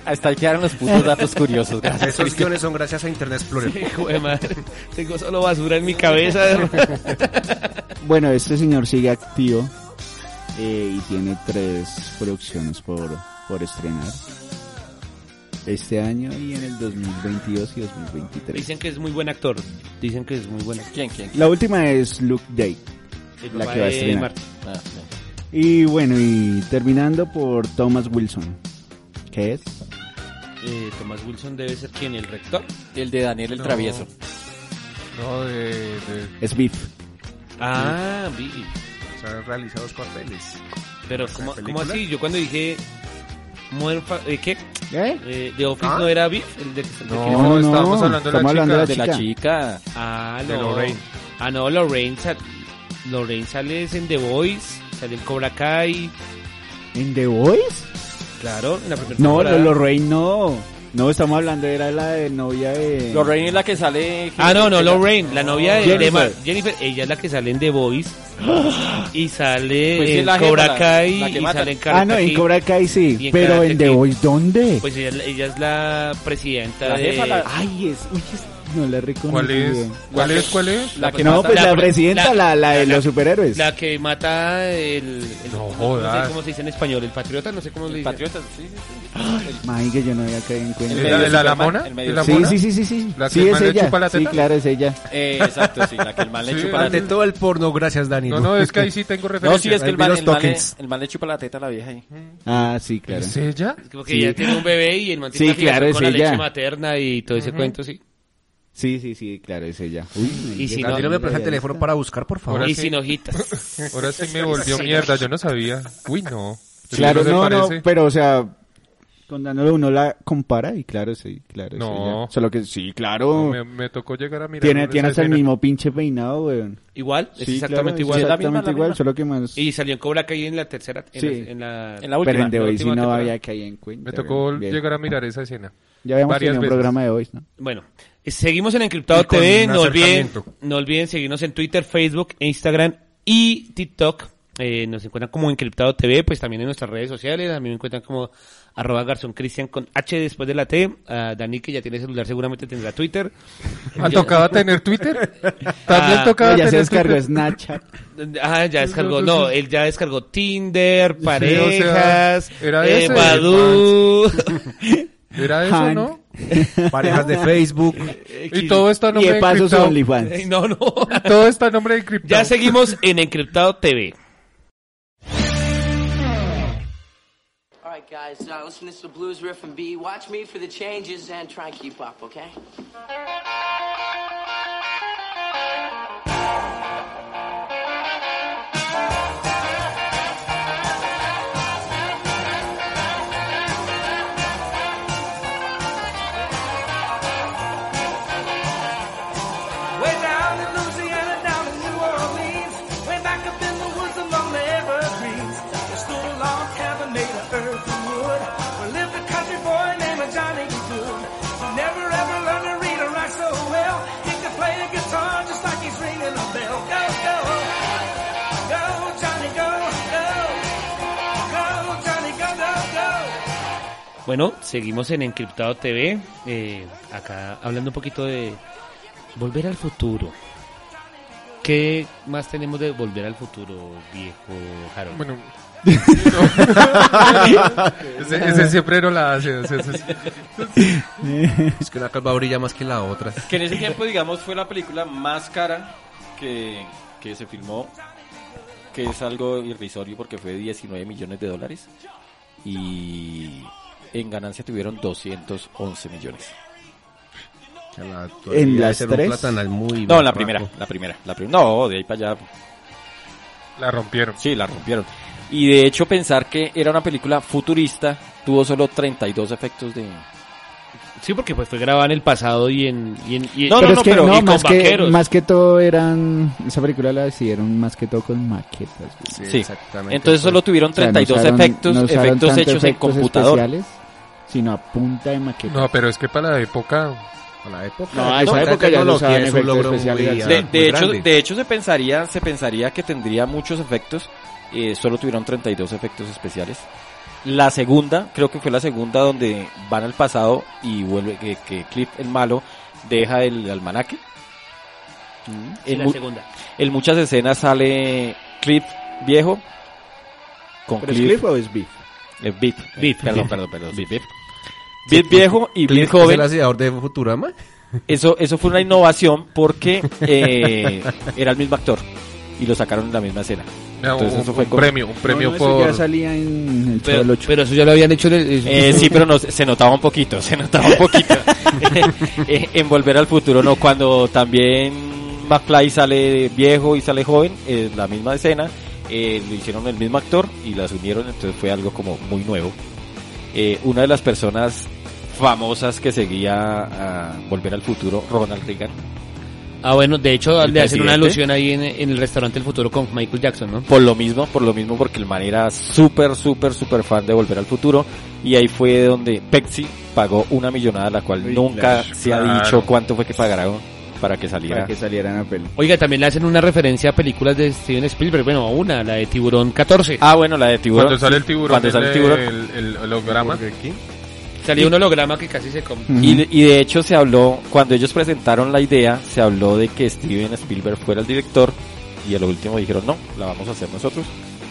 Speaker 5: Hasta ahí quedaron los putos datos curiosos. Gracias.
Speaker 2: Esos guiones son gracias a Internet Explorer.
Speaker 1: Hijo de madre. Tengo solo basura en mi cabeza.
Speaker 4: Bueno, este señor sigue activo eh, y tiene tres producciones por, por estrenar. Este año y en el 2022 y 2023.
Speaker 1: Dicen que es muy buen actor. Dicen que es muy buen actor.
Speaker 5: ¿Quién, quién?
Speaker 4: La última es Luke Day.
Speaker 1: El
Speaker 4: La
Speaker 1: papá
Speaker 4: que va a
Speaker 1: de
Speaker 4: estrenar.
Speaker 1: Marty.
Speaker 5: Ah, sí.
Speaker 4: Y bueno, y terminando por Thomas Wilson. ¿Qué es?
Speaker 1: Eh, Thomas Wilson debe ser quien, el rector.
Speaker 5: El de Daniel el
Speaker 3: No.
Speaker 5: Travieso.
Speaker 3: No, de, de-
Speaker 4: Es Beef.
Speaker 1: Ah, vi.
Speaker 2: Se han realizado los papeles.
Speaker 1: Pero, ¿cómo,
Speaker 2: ¿La
Speaker 1: cómo
Speaker 2: película?
Speaker 1: así? Yo cuando dije. Modern Fa- eh, ¿Qué?
Speaker 4: ¿Eh?
Speaker 1: Eh, ¿The Office
Speaker 2: Ah.
Speaker 1: no era Biff? El de, el de
Speaker 3: No,
Speaker 1: que-
Speaker 3: no, Oh, estábamos hablando de la
Speaker 4: estamos hablando
Speaker 5: De la chica.
Speaker 1: Ah,
Speaker 3: de
Speaker 1: no.
Speaker 3: Lorraine.
Speaker 1: Ah, no, Lorraine, sal- Lorraine sale en The Voice. Sale en Cobra Kai.
Speaker 4: ¿En The Voice?
Speaker 1: Claro, en la primera
Speaker 4: No,
Speaker 1: temporada.
Speaker 4: lo- Lorraine no. No, estamos hablando, era la de novia de...
Speaker 5: Lorraine es la que sale.
Speaker 1: Ah, no, no, Lorraine, la novia de
Speaker 4: Jennifer.
Speaker 1: de Mar- Jennifer, ella es la que sale en The Voice y sale
Speaker 5: Pues sí,
Speaker 1: en
Speaker 5: la jefa,
Speaker 1: Cobra
Speaker 5: la-
Speaker 1: Kai
Speaker 5: la que
Speaker 1: y
Speaker 5: mata.
Speaker 1: sale en Karate
Speaker 4: Ah, no, en
Speaker 1: Kid.
Speaker 4: Cobra Kai
Speaker 1: Y
Speaker 4: sí.
Speaker 1: en
Speaker 4: Pero
Speaker 1: Karate
Speaker 4: en The
Speaker 1: Kid.
Speaker 4: Voice, ¿dónde?
Speaker 1: Pues ella, ella es la presidenta
Speaker 5: La
Speaker 1: de...
Speaker 5: jefa, la-
Speaker 4: Ay, es, uy, es- No la reconozco.
Speaker 3: ¿Cuál es? ¿Cuál es? ¿Cuál es?
Speaker 1: La que
Speaker 4: No,
Speaker 1: mata-
Speaker 4: pues la,
Speaker 1: la-
Speaker 4: presidenta, la, la, de
Speaker 1: la-
Speaker 4: los superhéroes.
Speaker 1: La que mata el... el-
Speaker 3: No
Speaker 1: No
Speaker 3: jodas.
Speaker 1: sé cómo se dice en español, el patriota, no sé cómo le dicen.
Speaker 5: Patriotas, sí, sí, sí.
Speaker 4: May, que yo no había caído en
Speaker 5: El
Speaker 4: cuenta.
Speaker 3: ¿La, la, la, la
Speaker 5: Superman,
Speaker 3: mona?
Speaker 5: el medio
Speaker 3: ¿Es la
Speaker 4: Sí,
Speaker 3: mona?
Speaker 4: sí, sí, sí, sí.
Speaker 3: ¿La que
Speaker 4: Sí,
Speaker 3: el
Speaker 4: es
Speaker 3: man le
Speaker 4: ella.
Speaker 3: chupa la
Speaker 4: Sí,
Speaker 3: teta?
Speaker 4: claro, es ella.
Speaker 5: Eh, exacto, sí, la que el man le
Speaker 3: Sí,
Speaker 5: chupa la
Speaker 3: ante
Speaker 2: Ante
Speaker 5: teta.
Speaker 2: todo el porno, gracias Dani.
Speaker 3: No, no, es que ahí sí tengo
Speaker 5: No,
Speaker 3: referencia.
Speaker 5: sí, es que el
Speaker 2: Ahí vi
Speaker 5: man,
Speaker 2: los
Speaker 5: el, man le,
Speaker 2: tokens.
Speaker 5: el man le chupa la teta a la vieja ahí.
Speaker 4: Ah, sí, claro.
Speaker 3: ¿Es ella?
Speaker 1: Porque
Speaker 4: Sí.
Speaker 1: ella tiene un bebé y el man
Speaker 4: Sí,
Speaker 1: tiene una
Speaker 4: claro,
Speaker 1: fijación
Speaker 4: es
Speaker 1: con la
Speaker 4: ella.
Speaker 1: leche materna y todo ese cuento, sí.
Speaker 4: Sí, sí, sí, claro, es ella. Uy,
Speaker 1: Y si
Speaker 2: Dani, no,
Speaker 1: no-
Speaker 2: me presta el teléfono para buscar, por favor.
Speaker 3: Ahora
Speaker 1: y
Speaker 3: sí.
Speaker 1: sin hojitas.
Speaker 3: Ahora sí me volvió mierda, yo no sabía. Uy, no. Eso
Speaker 4: Claro,
Speaker 3: se
Speaker 4: no, no,
Speaker 3: parece.
Speaker 4: pero o sea, con Danilo uno la compara y claro, sí, claro. es
Speaker 3: No.
Speaker 4: ella. Solo que sí,
Speaker 3: No,
Speaker 4: claro.
Speaker 3: Me, me tocó llegar a mirar.
Speaker 4: tiene
Speaker 3: esa
Speaker 4: tiene hasta el
Speaker 3: escena.
Speaker 4: mismo pinche peinado, weón.
Speaker 1: Igual, es
Speaker 4: Sí,
Speaker 1: exactamente
Speaker 4: claro,
Speaker 1: igual.
Speaker 4: es
Speaker 5: la misma,
Speaker 4: Exactamente
Speaker 5: la
Speaker 4: igual,
Speaker 5: misma.
Speaker 4: solo que más.
Speaker 1: Y salió en Cobra Kai en la tercera. en
Speaker 4: Sí.
Speaker 1: la- En la,
Speaker 5: En la última.
Speaker 4: pero en de
Speaker 1: la
Speaker 4: hoy sí
Speaker 1: última
Speaker 4: no
Speaker 1: temporada.
Speaker 4: había caído en cuenta.
Speaker 3: Me tocó
Speaker 4: weón. Bien.
Speaker 3: llegar a mirar esa escena.
Speaker 4: Ya habíamos
Speaker 3: varias
Speaker 4: tenido un
Speaker 3: veces.
Speaker 4: programa de hoy, ¿no?
Speaker 1: Bueno, eh, seguimos en Encriptado
Speaker 2: Y con
Speaker 1: TV.
Speaker 2: un
Speaker 1: No olviden,
Speaker 2: acercamiento.
Speaker 1: no olviden seguirnos en Twitter, Facebook, e Instagram y TikTok. Eh, nos encuentran como Encriptado TV, pues también en nuestras redes sociales. A mí me encuentran como arroba garzón cristian con H después de la T. A Dani, que ya tiene celular, seguramente tendrá Twitter.
Speaker 3: ¿Han
Speaker 1: Yo-
Speaker 3: tocado tener Twitter? También
Speaker 1: Ah,
Speaker 3: tocaba
Speaker 4: No, ya se
Speaker 3: tener
Speaker 4: descargó
Speaker 3: Twitter.
Speaker 4: Snapchat.
Speaker 1: Ah, ya descargó, no, él ya descargó Tinder, parejas,
Speaker 3: era
Speaker 1: eh,
Speaker 3: ese,
Speaker 1: Badoo.
Speaker 3: ¿Era eso,
Speaker 4: Hank.
Speaker 3: no?
Speaker 2: Parejas de Facebook.
Speaker 3: Y todo esto a
Speaker 4: Y
Speaker 3: nombre
Speaker 4: de
Speaker 3: de
Speaker 4: paso
Speaker 3: encriptado.
Speaker 4: son OnlyFans.
Speaker 1: Ay, No, no.
Speaker 3: Todo está a nombre de encriptado.
Speaker 1: Ya seguimos en Encriptado TV.
Speaker 6: All right, guys, uh, listen to some blues riff and B. Watch me for the changes and try and keep up, okay?
Speaker 7: Way down in Louisiana, down in New Orleans, way back up in the woods among the evergreens. There stood a log cabin made of earth and wood, where lived a country boy named Johnny Good. He never ever learned to read or write so well. He could play the guitar just like he's ringing a bell. Go, go, go, Johnny, go, go, go, Johnny, go, go, go.
Speaker 1: Bueno, seguimos en Encriptado TV. eh, acá hablando un poquito de Volver al Futuro. ¿Qué más tenemos de Volver al Futuro, viejo Harold?
Speaker 3: Bueno. ese, ese siempre no la hace. o sea, ese es-
Speaker 2: Es que una calva brilla más que la otra.
Speaker 5: Que en ese tiempo, digamos, fue la película más cara que, que se filmó, que es algo irrisorio porque fue 19 millones de dólares y en ganancia tuvieron 211 millones.
Speaker 4: En las
Speaker 2: ser
Speaker 4: tres.
Speaker 2: Un platanal muy
Speaker 5: No, la
Speaker 2: berraco.
Speaker 5: primera, la primera, la primera. No, de ahí para allá,
Speaker 3: la rompieron.
Speaker 5: sí, la rompieron. Y de hecho pensar que era una película futurista, tuvo solo 32 efectos de...
Speaker 1: Sí, porque pues fue grabada en el pasado y en... y en- y-
Speaker 5: No,
Speaker 4: pero
Speaker 5: no,
Speaker 4: es
Speaker 5: no,
Speaker 4: que
Speaker 5: pero-
Speaker 1: y
Speaker 4: no,
Speaker 1: con
Speaker 4: más que,
Speaker 1: vaqueros.
Speaker 4: más que todo eran. Esa película la decidieron más que todo con maquetas. güey.
Speaker 2: Sí,
Speaker 5: Sí.
Speaker 2: exactamente.
Speaker 5: Entonces solo tuvieron
Speaker 4: O sea, no
Speaker 5: 32
Speaker 4: usaron-
Speaker 5: efectos,
Speaker 4: no usaron
Speaker 5: efectos
Speaker 4: tanto
Speaker 5: hechos en
Speaker 4: efectos
Speaker 5: computador.
Speaker 4: especiales, sino a punta de maquetas.
Speaker 3: No, pero es que para la época.
Speaker 2: A la época.
Speaker 4: No, a esa época ya lo usaban efectos especiales.
Speaker 1: Ah,
Speaker 2: muy-
Speaker 5: De,
Speaker 2: muy
Speaker 5: de hecho,
Speaker 2: grande.
Speaker 5: de hecho se pensaría, se pensaría que tendría muchos efectos. eh, solo tuvieron 32 efectos especiales. La segunda, creo que fue la segunda donde van al pasado y vuelve que, que Cliff el malo deja el almanaque.
Speaker 1: Sí,
Speaker 5: En,
Speaker 1: la
Speaker 5: mu-
Speaker 1: segunda.
Speaker 5: en muchas escenas sale Cliff viejo con
Speaker 4: ¿Pero es
Speaker 5: Cliff,
Speaker 4: Cliff o es Beef?
Speaker 5: eh, Beep,
Speaker 1: Beep,
Speaker 5: perdón,
Speaker 1: Beep.
Speaker 5: perdón, perdón, sí, Beep. Beep viejo y Beep joven.
Speaker 2: ¿Es el hacedor de Futurama?
Speaker 5: Eso, eso fue una innovación porque eh, era el mismo actor y lo sacaron en la misma escena.
Speaker 3: no,
Speaker 5: Entonces
Speaker 3: un,
Speaker 5: eso fue
Speaker 3: un
Speaker 5: como-
Speaker 3: premio, un premio
Speaker 4: No, no, eso
Speaker 3: por.
Speaker 4: ya salía en el Chavo
Speaker 1: Pero,
Speaker 4: del Ocho.
Speaker 1: pero eso ya lo habían hecho en el...
Speaker 5: Eh, sí, pero no, se se notaba un poquito, se notaba un poquito. Eh, en Volver al Futuro, no, cuando también McFly sale viejo y sale joven, es la misma escena, eh, lo hicieron el mismo actor y las unieron, entonces fue algo como muy nuevo. Eh, una de las personas famosas que seguía a Volver al Futuro, Ronald Reagan,
Speaker 1: Ah, bueno, de hecho
Speaker 5: ¿El
Speaker 1: le hacen una alusión
Speaker 5: presidente?
Speaker 1: ahí en, en el restaurante El Futuro con Michael Jackson, ¿no?
Speaker 5: Por lo mismo, por lo mismo, porque el man era súper, súper, súper fan de Volver al Futuro. Y ahí fue donde Pepsi pagó una millonada, la cual
Speaker 4: Uy,
Speaker 5: nunca
Speaker 4: claro,
Speaker 5: se ha
Speaker 3: claro.
Speaker 5: dicho cuánto fue que pagaron para que
Speaker 4: Para
Speaker 5: saliera.
Speaker 4: que salieran a pelo.
Speaker 1: Oiga, también le hacen una referencia a películas de Steven Spielberg, bueno, a una, la de Tiburón 14.
Speaker 5: Ah, bueno, la de tiburón.
Speaker 3: Cuando sale el tiburón.
Speaker 5: Cuando sale el tiburón.
Speaker 3: El, el holograma.
Speaker 2: Burger King.
Speaker 1: Salió un holograma que casi se come.
Speaker 5: Y, de- y de hecho se habló, cuando ellos presentaron la idea, se habló de que Steven Spielberg fuera el director y a lo último dijeron, no, la vamos a hacer nosotros.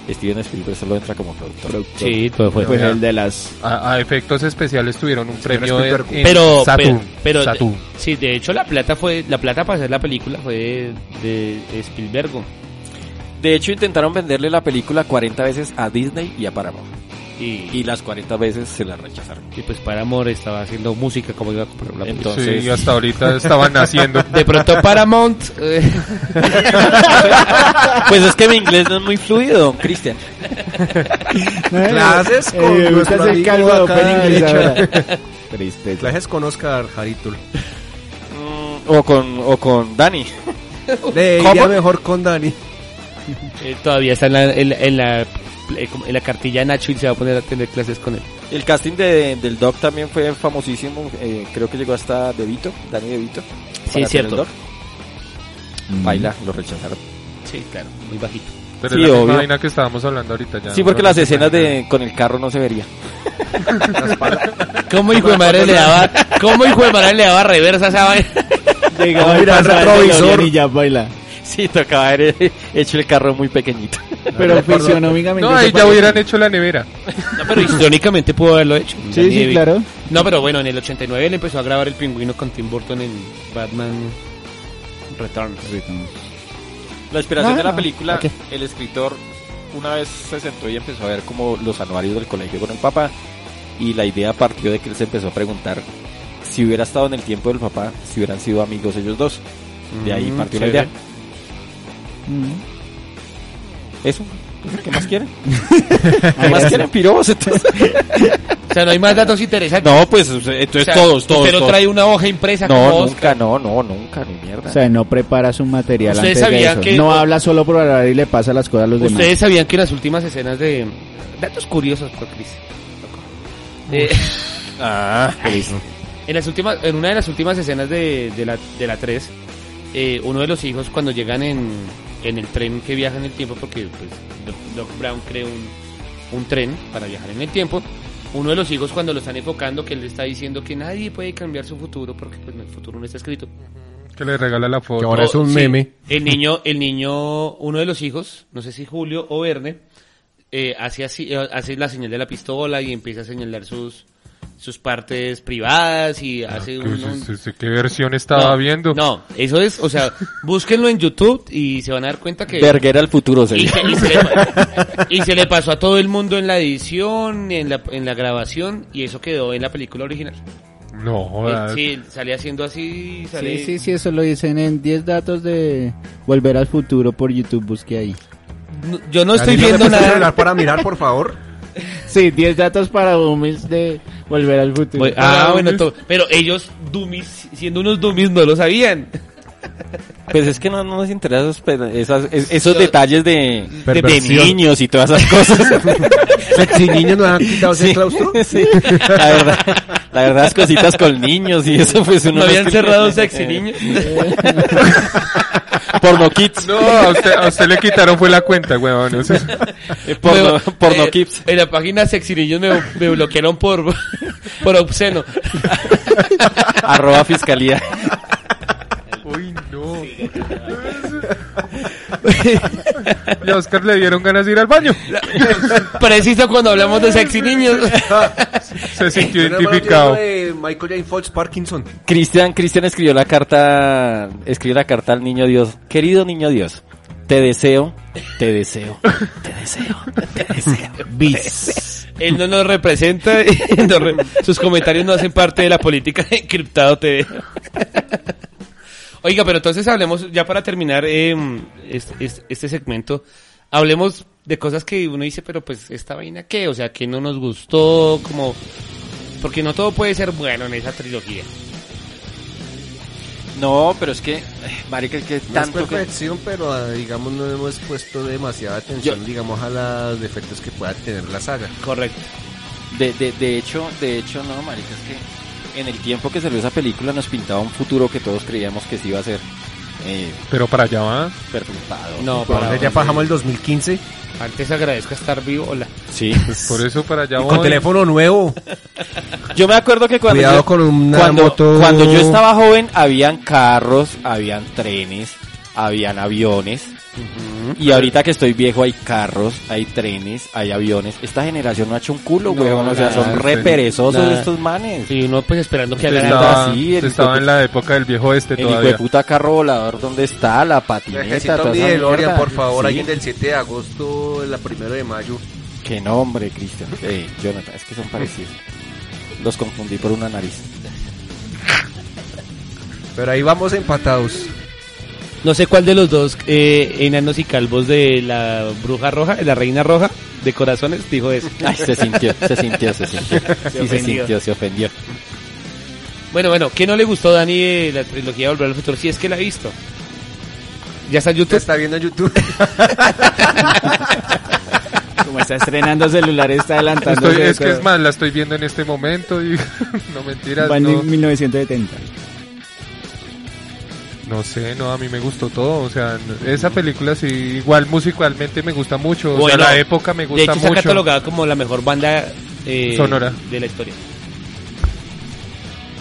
Speaker 5: Steven Spielberg solo entra como productor.
Speaker 1: Sí, todo fue.
Speaker 4: Pues el de las
Speaker 3: A, a efectos especiales tuvieron un premio en,
Speaker 2: Spielberg.
Speaker 3: en
Speaker 1: pero,
Speaker 3: Saturn.
Speaker 1: pero, pero
Speaker 3: Saturn.
Speaker 1: sí, de hecho la plata fue la plata para hacer la película fue de, de Spielberg.
Speaker 5: De hecho intentaron venderle la película 40 veces a Disney y a Paramount.
Speaker 1: Y,
Speaker 5: Y las 40 veces se la rechazaron.
Speaker 1: y pues Paramore estaba haciendo música como iba a comprar la película.
Speaker 5: Entonces,
Speaker 3: Sí, hasta ahorita estaban naciendo.
Speaker 1: De pronto Paramount eh,
Speaker 5: pues es que mi inglés no es muy fluido, Cristian.
Speaker 2: Clases con
Speaker 4: Eh,
Speaker 2: nuestro
Speaker 4: buscas el
Speaker 2: amigo
Speaker 4: calvo de
Speaker 2: acá
Speaker 4: Open English
Speaker 2: derecho.
Speaker 4: ahora. Tristeza.
Speaker 2: Clases con Oscar Jaritul.
Speaker 5: Mm, O con, o con Dani.
Speaker 2: Le
Speaker 5: ¿Cómo?
Speaker 2: iría mejor con Dani.
Speaker 1: eh, todavía está en la, en, la- en la eh, en la cartilla de Nacho y se va a poner a tener clases con él.
Speaker 5: El casting de- del Doc también fue famosísimo. eh, creo que llegó hasta De Vito, Dani De Vito. para
Speaker 1: Sí, es
Speaker 5: hacer el
Speaker 1: cierto.
Speaker 5: Doc. Baila, lo rechazaron.
Speaker 1: Sí, claro, muy bajito.
Speaker 3: Pero es
Speaker 5: Sí,
Speaker 3: la misma
Speaker 5: obvio.
Speaker 3: vaina que estábamos hablando ahorita ya.
Speaker 5: Sí,
Speaker 3: no
Speaker 5: porque
Speaker 3: nos
Speaker 5: las escenas
Speaker 3: imaginamos.
Speaker 5: de con el carro no se vería.
Speaker 1: ¿Cómo hijo de madre le daba? ¿Cómo hijo de madre le daba reversa a esa vaina?
Speaker 4: Llegaba
Speaker 2: Mira,
Speaker 4: pasaba
Speaker 2: el
Speaker 4: el
Speaker 2: retrovisor.
Speaker 4: DeLorean y ya baila.
Speaker 5: Sí, tocaba haber eh, hecho el carro muy pequeñito.
Speaker 4: Pero fisionómicamente.
Speaker 3: No,
Speaker 4: se
Speaker 3: ahí ya
Speaker 4: parece.
Speaker 3: hubieran hecho la nevera.
Speaker 1: No, pero históricamente pudo haberlo hecho.
Speaker 4: Sí, sí, claro.
Speaker 1: No, pero bueno, en el 89 él empezó a grabar el pingüino con Tim Burton en Batman Returns.
Speaker 5: La inspiración
Speaker 4: Ah,
Speaker 5: de la
Speaker 4: ah,
Speaker 5: película,
Speaker 4: ok.
Speaker 5: el escritor una vez se sentó y empezó a ver como los anuarios del colegio con el papá y la idea partió de que él se empezó a preguntar si hubiera estado en el tiempo del papá, si hubieran sido amigos ellos dos. De ahí
Speaker 1: Mm,
Speaker 5: partió la idea.
Speaker 1: chévere.
Speaker 4: Mm.
Speaker 5: Eso. pues, ¿Qué más quieren? ¿Qué más
Speaker 4: gracias.
Speaker 5: quieren, pirobos? Entonces,
Speaker 1: O sea, no hay más datos interesantes.
Speaker 5: no, pues entonces
Speaker 1: O sea,
Speaker 5: todos, todos.
Speaker 1: Usted no
Speaker 5: todos.
Speaker 1: trae una hoja impresa como
Speaker 5: No,
Speaker 1: Oscar.
Speaker 5: nunca, no, no, nunca, ni mierda.
Speaker 4: O sea, no prepara su material
Speaker 1: ¿Ustedes
Speaker 4: antes de
Speaker 1: sabían
Speaker 4: eso.
Speaker 1: que-
Speaker 4: No habla solo por hablar y le pasa las cosas a los demás.
Speaker 1: Ustedes sabían que en las últimas escenas de... Datos curiosos, por Chris. Eh,
Speaker 5: ah, Cristo.
Speaker 1: En, las últimas, en una de las últimas escenas de, de la, de la 3, eh, uno de los hijos cuando llegan en, en el tren que viaja en el tiempo, porque pues, Doc, Doc Brown creó un, un tren para viajar en el tiempo, uno de los hijos cuando lo están enfocando, que le está diciendo que nadie puede cambiar su futuro porque pues, el futuro no está escrito.
Speaker 3: Que le regala la
Speaker 2: Que
Speaker 3: foto.
Speaker 2: ahora es un
Speaker 1: Sí,
Speaker 2: meme.
Speaker 1: El niño, el niño, uno de los hijos, no sé si Julio o Verne, eh, hace así, eh, hace la señal de la pistola y empieza a señalar sus sus partes privadas y
Speaker 2: Ah,
Speaker 1: hace
Speaker 3: ¿Qué,
Speaker 1: un, un-
Speaker 3: es eso? ¿Qué versión estaba
Speaker 1: no,
Speaker 3: viendo?
Speaker 1: No, eso es, o sea, búsquenlo en YouTube y se van a dar cuenta que...
Speaker 5: Verguera al futuro
Speaker 1: Y
Speaker 5: sería.
Speaker 1: se, y se le, pa- y se le pasó a todo el mundo en la edición, en la, en la grabación, y eso quedó en la película original. Eh,
Speaker 3: No,
Speaker 5: Eh,
Speaker 3: jodas.
Speaker 1: Sí, sale haciendo así, sale...
Speaker 4: Sí, sí, sí, eso lo dicen en 10 datos de Volver al Futuro por YouTube, busque ahí.
Speaker 1: No, yo no estoy
Speaker 2: Dani, me
Speaker 1: viendo
Speaker 2: prestes el
Speaker 1: nada.
Speaker 2: celular para mirar, por favor?
Speaker 4: Sí, 10 datos para Dummies de Volver al Futuro.
Speaker 1: Pues, ah, bueno, to- pero ellos, dummies, siendo unos dummies, no lo sabían.
Speaker 5: Pues es que no, no nos interesan esos, pe- esas- es- esos
Speaker 1: Yo-
Speaker 5: detalles de, de,
Speaker 2: Perversión.
Speaker 5: niños y todas esas cosas.
Speaker 2: Si niños nos han quitado ese
Speaker 5: Sí,
Speaker 2: claustro.
Speaker 5: sí. La verdad, la verdad es cositas con niños y eso pues uno
Speaker 1: No habían
Speaker 5: escribe.
Speaker 1: cerrado sexy niños.
Speaker 5: Porno kids.
Speaker 3: No, a usted, a usted le quitaron fue la cuenta, weón. o sea,
Speaker 5: Eh, Porno,
Speaker 1: Me-
Speaker 5: porno
Speaker 1: eh,
Speaker 5: kids.
Speaker 1: En la página sexy niños me, me bloquearon por, por obsceno.
Speaker 5: Arroba fiscalía.
Speaker 3: Uy, no. Y a Oscar le dieron ganas de ir al baño.
Speaker 1: Preciso cuando hablamos de sexy niños.
Speaker 3: Se sintió
Speaker 2: Tiene el mejor
Speaker 3: identificado.
Speaker 2: libro de Michael J. Fox Parkinson.
Speaker 5: Cristian, Cristian escribió la carta, escribió la carta al niño Dios. Querido niño Dios, te deseo, te deseo, te deseo, te deseo.
Speaker 1: Él no nos representa. y no re- sus comentarios no hacen parte de la política de Encriptado TV. Oiga, pero entonces hablemos, ya para terminar eh, es- es- este segmento, hablemos de cosas que uno dice, pero pues esta vaina qué, o sea, que no nos gustó, como... Porque no todo puede ser bueno en esa trilogía.
Speaker 5: No, pero es que, eh, marica, es que
Speaker 2: No es
Speaker 5: tanto que...
Speaker 2: perfección, pero ah, digamos no hemos puesto demasiada atención, digamos, a los defectos que pueda tener la saga.
Speaker 1: Correcto.
Speaker 5: De, de, de hecho, de hecho, no, marica, es que en el tiempo que salió esa película nos pintaba un futuro que todos creíamos que sí iba a ser eh,
Speaker 3: Pero para allá va.
Speaker 5: perfectado.
Speaker 1: No,
Speaker 2: Por
Speaker 1: para
Speaker 2: donde ya pasamos el 2015
Speaker 1: Antes agradezco estar vivo, hola.
Speaker 5: Sí.
Speaker 3: Pues por eso para allá
Speaker 2: y con
Speaker 3: voy.
Speaker 2: teléfono nuevo.
Speaker 5: yo me acuerdo que cuando
Speaker 2: Cuidado
Speaker 5: yo,
Speaker 2: con una
Speaker 5: cuando,
Speaker 2: moto.
Speaker 5: cuando yo estaba joven habían carros, habían trenes, habían aviones. Y ahorita que estoy viejo hay carros, hay trenes, hay aviones. Esta generación no ha hecho un culo,
Speaker 1: No,
Speaker 5: weón. O sea,
Speaker 1: nada,
Speaker 5: son re
Speaker 3: sí.
Speaker 5: perezosos
Speaker 1: Nada.
Speaker 5: estos manes.
Speaker 1: Y uno pues esperando que
Speaker 5: Usted
Speaker 1: hagan
Speaker 5: está-
Speaker 1: algo.
Speaker 3: Estaba,
Speaker 5: así, el
Speaker 3: estaba
Speaker 5: hijo de-
Speaker 3: en la época del viejo este
Speaker 5: El hijo de
Speaker 3: todavía.
Speaker 5: puta carro volador, ¿dónde está? La patineta,
Speaker 8: Necesito
Speaker 5: toda
Speaker 8: un
Speaker 5: esa
Speaker 8: DeLorean,
Speaker 5: mierda.
Speaker 8: por favor,
Speaker 5: Sí.
Speaker 8: alguien del 7 de agosto, la primero de mayo.
Speaker 5: Qué nombre, Cristian. Eh, Jonathan, es que son parecidos. Los confundí por una nariz.
Speaker 8: Pero ahí vamos empatados.
Speaker 1: No sé cuál de los dos eh, enanos y calvos de la bruja roja, de la reina roja, de corazones, dijo eso.
Speaker 5: Ay, se sintió, se sintió, se sintió. Sí, se
Speaker 1: ofendió.
Speaker 5: sintió, se ofendió.
Speaker 1: Bueno, bueno, ¿qué no le gustó Dani de la trilogía de Volver al Futuro? Si es que la ha visto. Ya está en
Speaker 8: Usted
Speaker 1: YouTube.
Speaker 8: está viendo en YouTube.
Speaker 4: Como está estrenando celular, está adelantando.
Speaker 3: Estoy- es que es más, la estoy viendo en este momento y no mentiras,
Speaker 4: Va
Speaker 3: no,
Speaker 4: en 1970.
Speaker 3: no sé, no, a mí me gustó todo, o sea, n- esa película sí, igual musicalmente me gusta mucho, o sea,
Speaker 1: Bueno,
Speaker 3: la época Pues, me
Speaker 1: de
Speaker 3: gusta
Speaker 1: hecho, está
Speaker 3: mucho.
Speaker 1: catalogada como la mejor banda eh,
Speaker 3: Sonora.
Speaker 1: de la historia.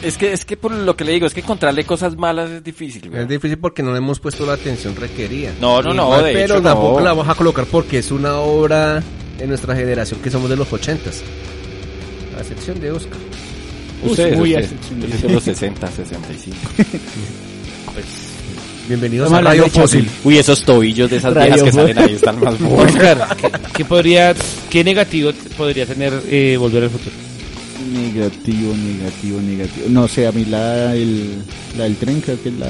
Speaker 5: Es que, es que por lo que le digo, es que encontrarle cosas malas es difícil, güey.
Speaker 2: Es difícil porque no le hemos puesto la atención requerida.
Speaker 5: No, no, no,
Speaker 2: Igual,
Speaker 5: de
Speaker 2: pero
Speaker 5: hecho,
Speaker 2: tampoco
Speaker 5: no.
Speaker 2: la vamos a colocar porque es una obra de nuestra generación que somos de los ochentas. A excepción de Oscar.
Speaker 5: Ustedes,
Speaker 4: Uy,
Speaker 5: ustedes.
Speaker 4: así-
Speaker 5: Yo soy los 60, 65.
Speaker 2: Bienvenidos
Speaker 4: Toma
Speaker 2: a
Speaker 4: la
Speaker 2: Radio
Speaker 4: leche,
Speaker 2: Fósil.
Speaker 5: Uy, esos tobillos de esas viejas
Speaker 4: Radio
Speaker 5: que
Speaker 4: Fo-
Speaker 5: salen ahí están más buenos.
Speaker 1: Oscar, ¿qué, qué podría, qué negativo t- podría tener eh, Volver al Futuro?
Speaker 4: Negativo, negativo, negativo. No sé, a mí la, el, la del tren creo que es la...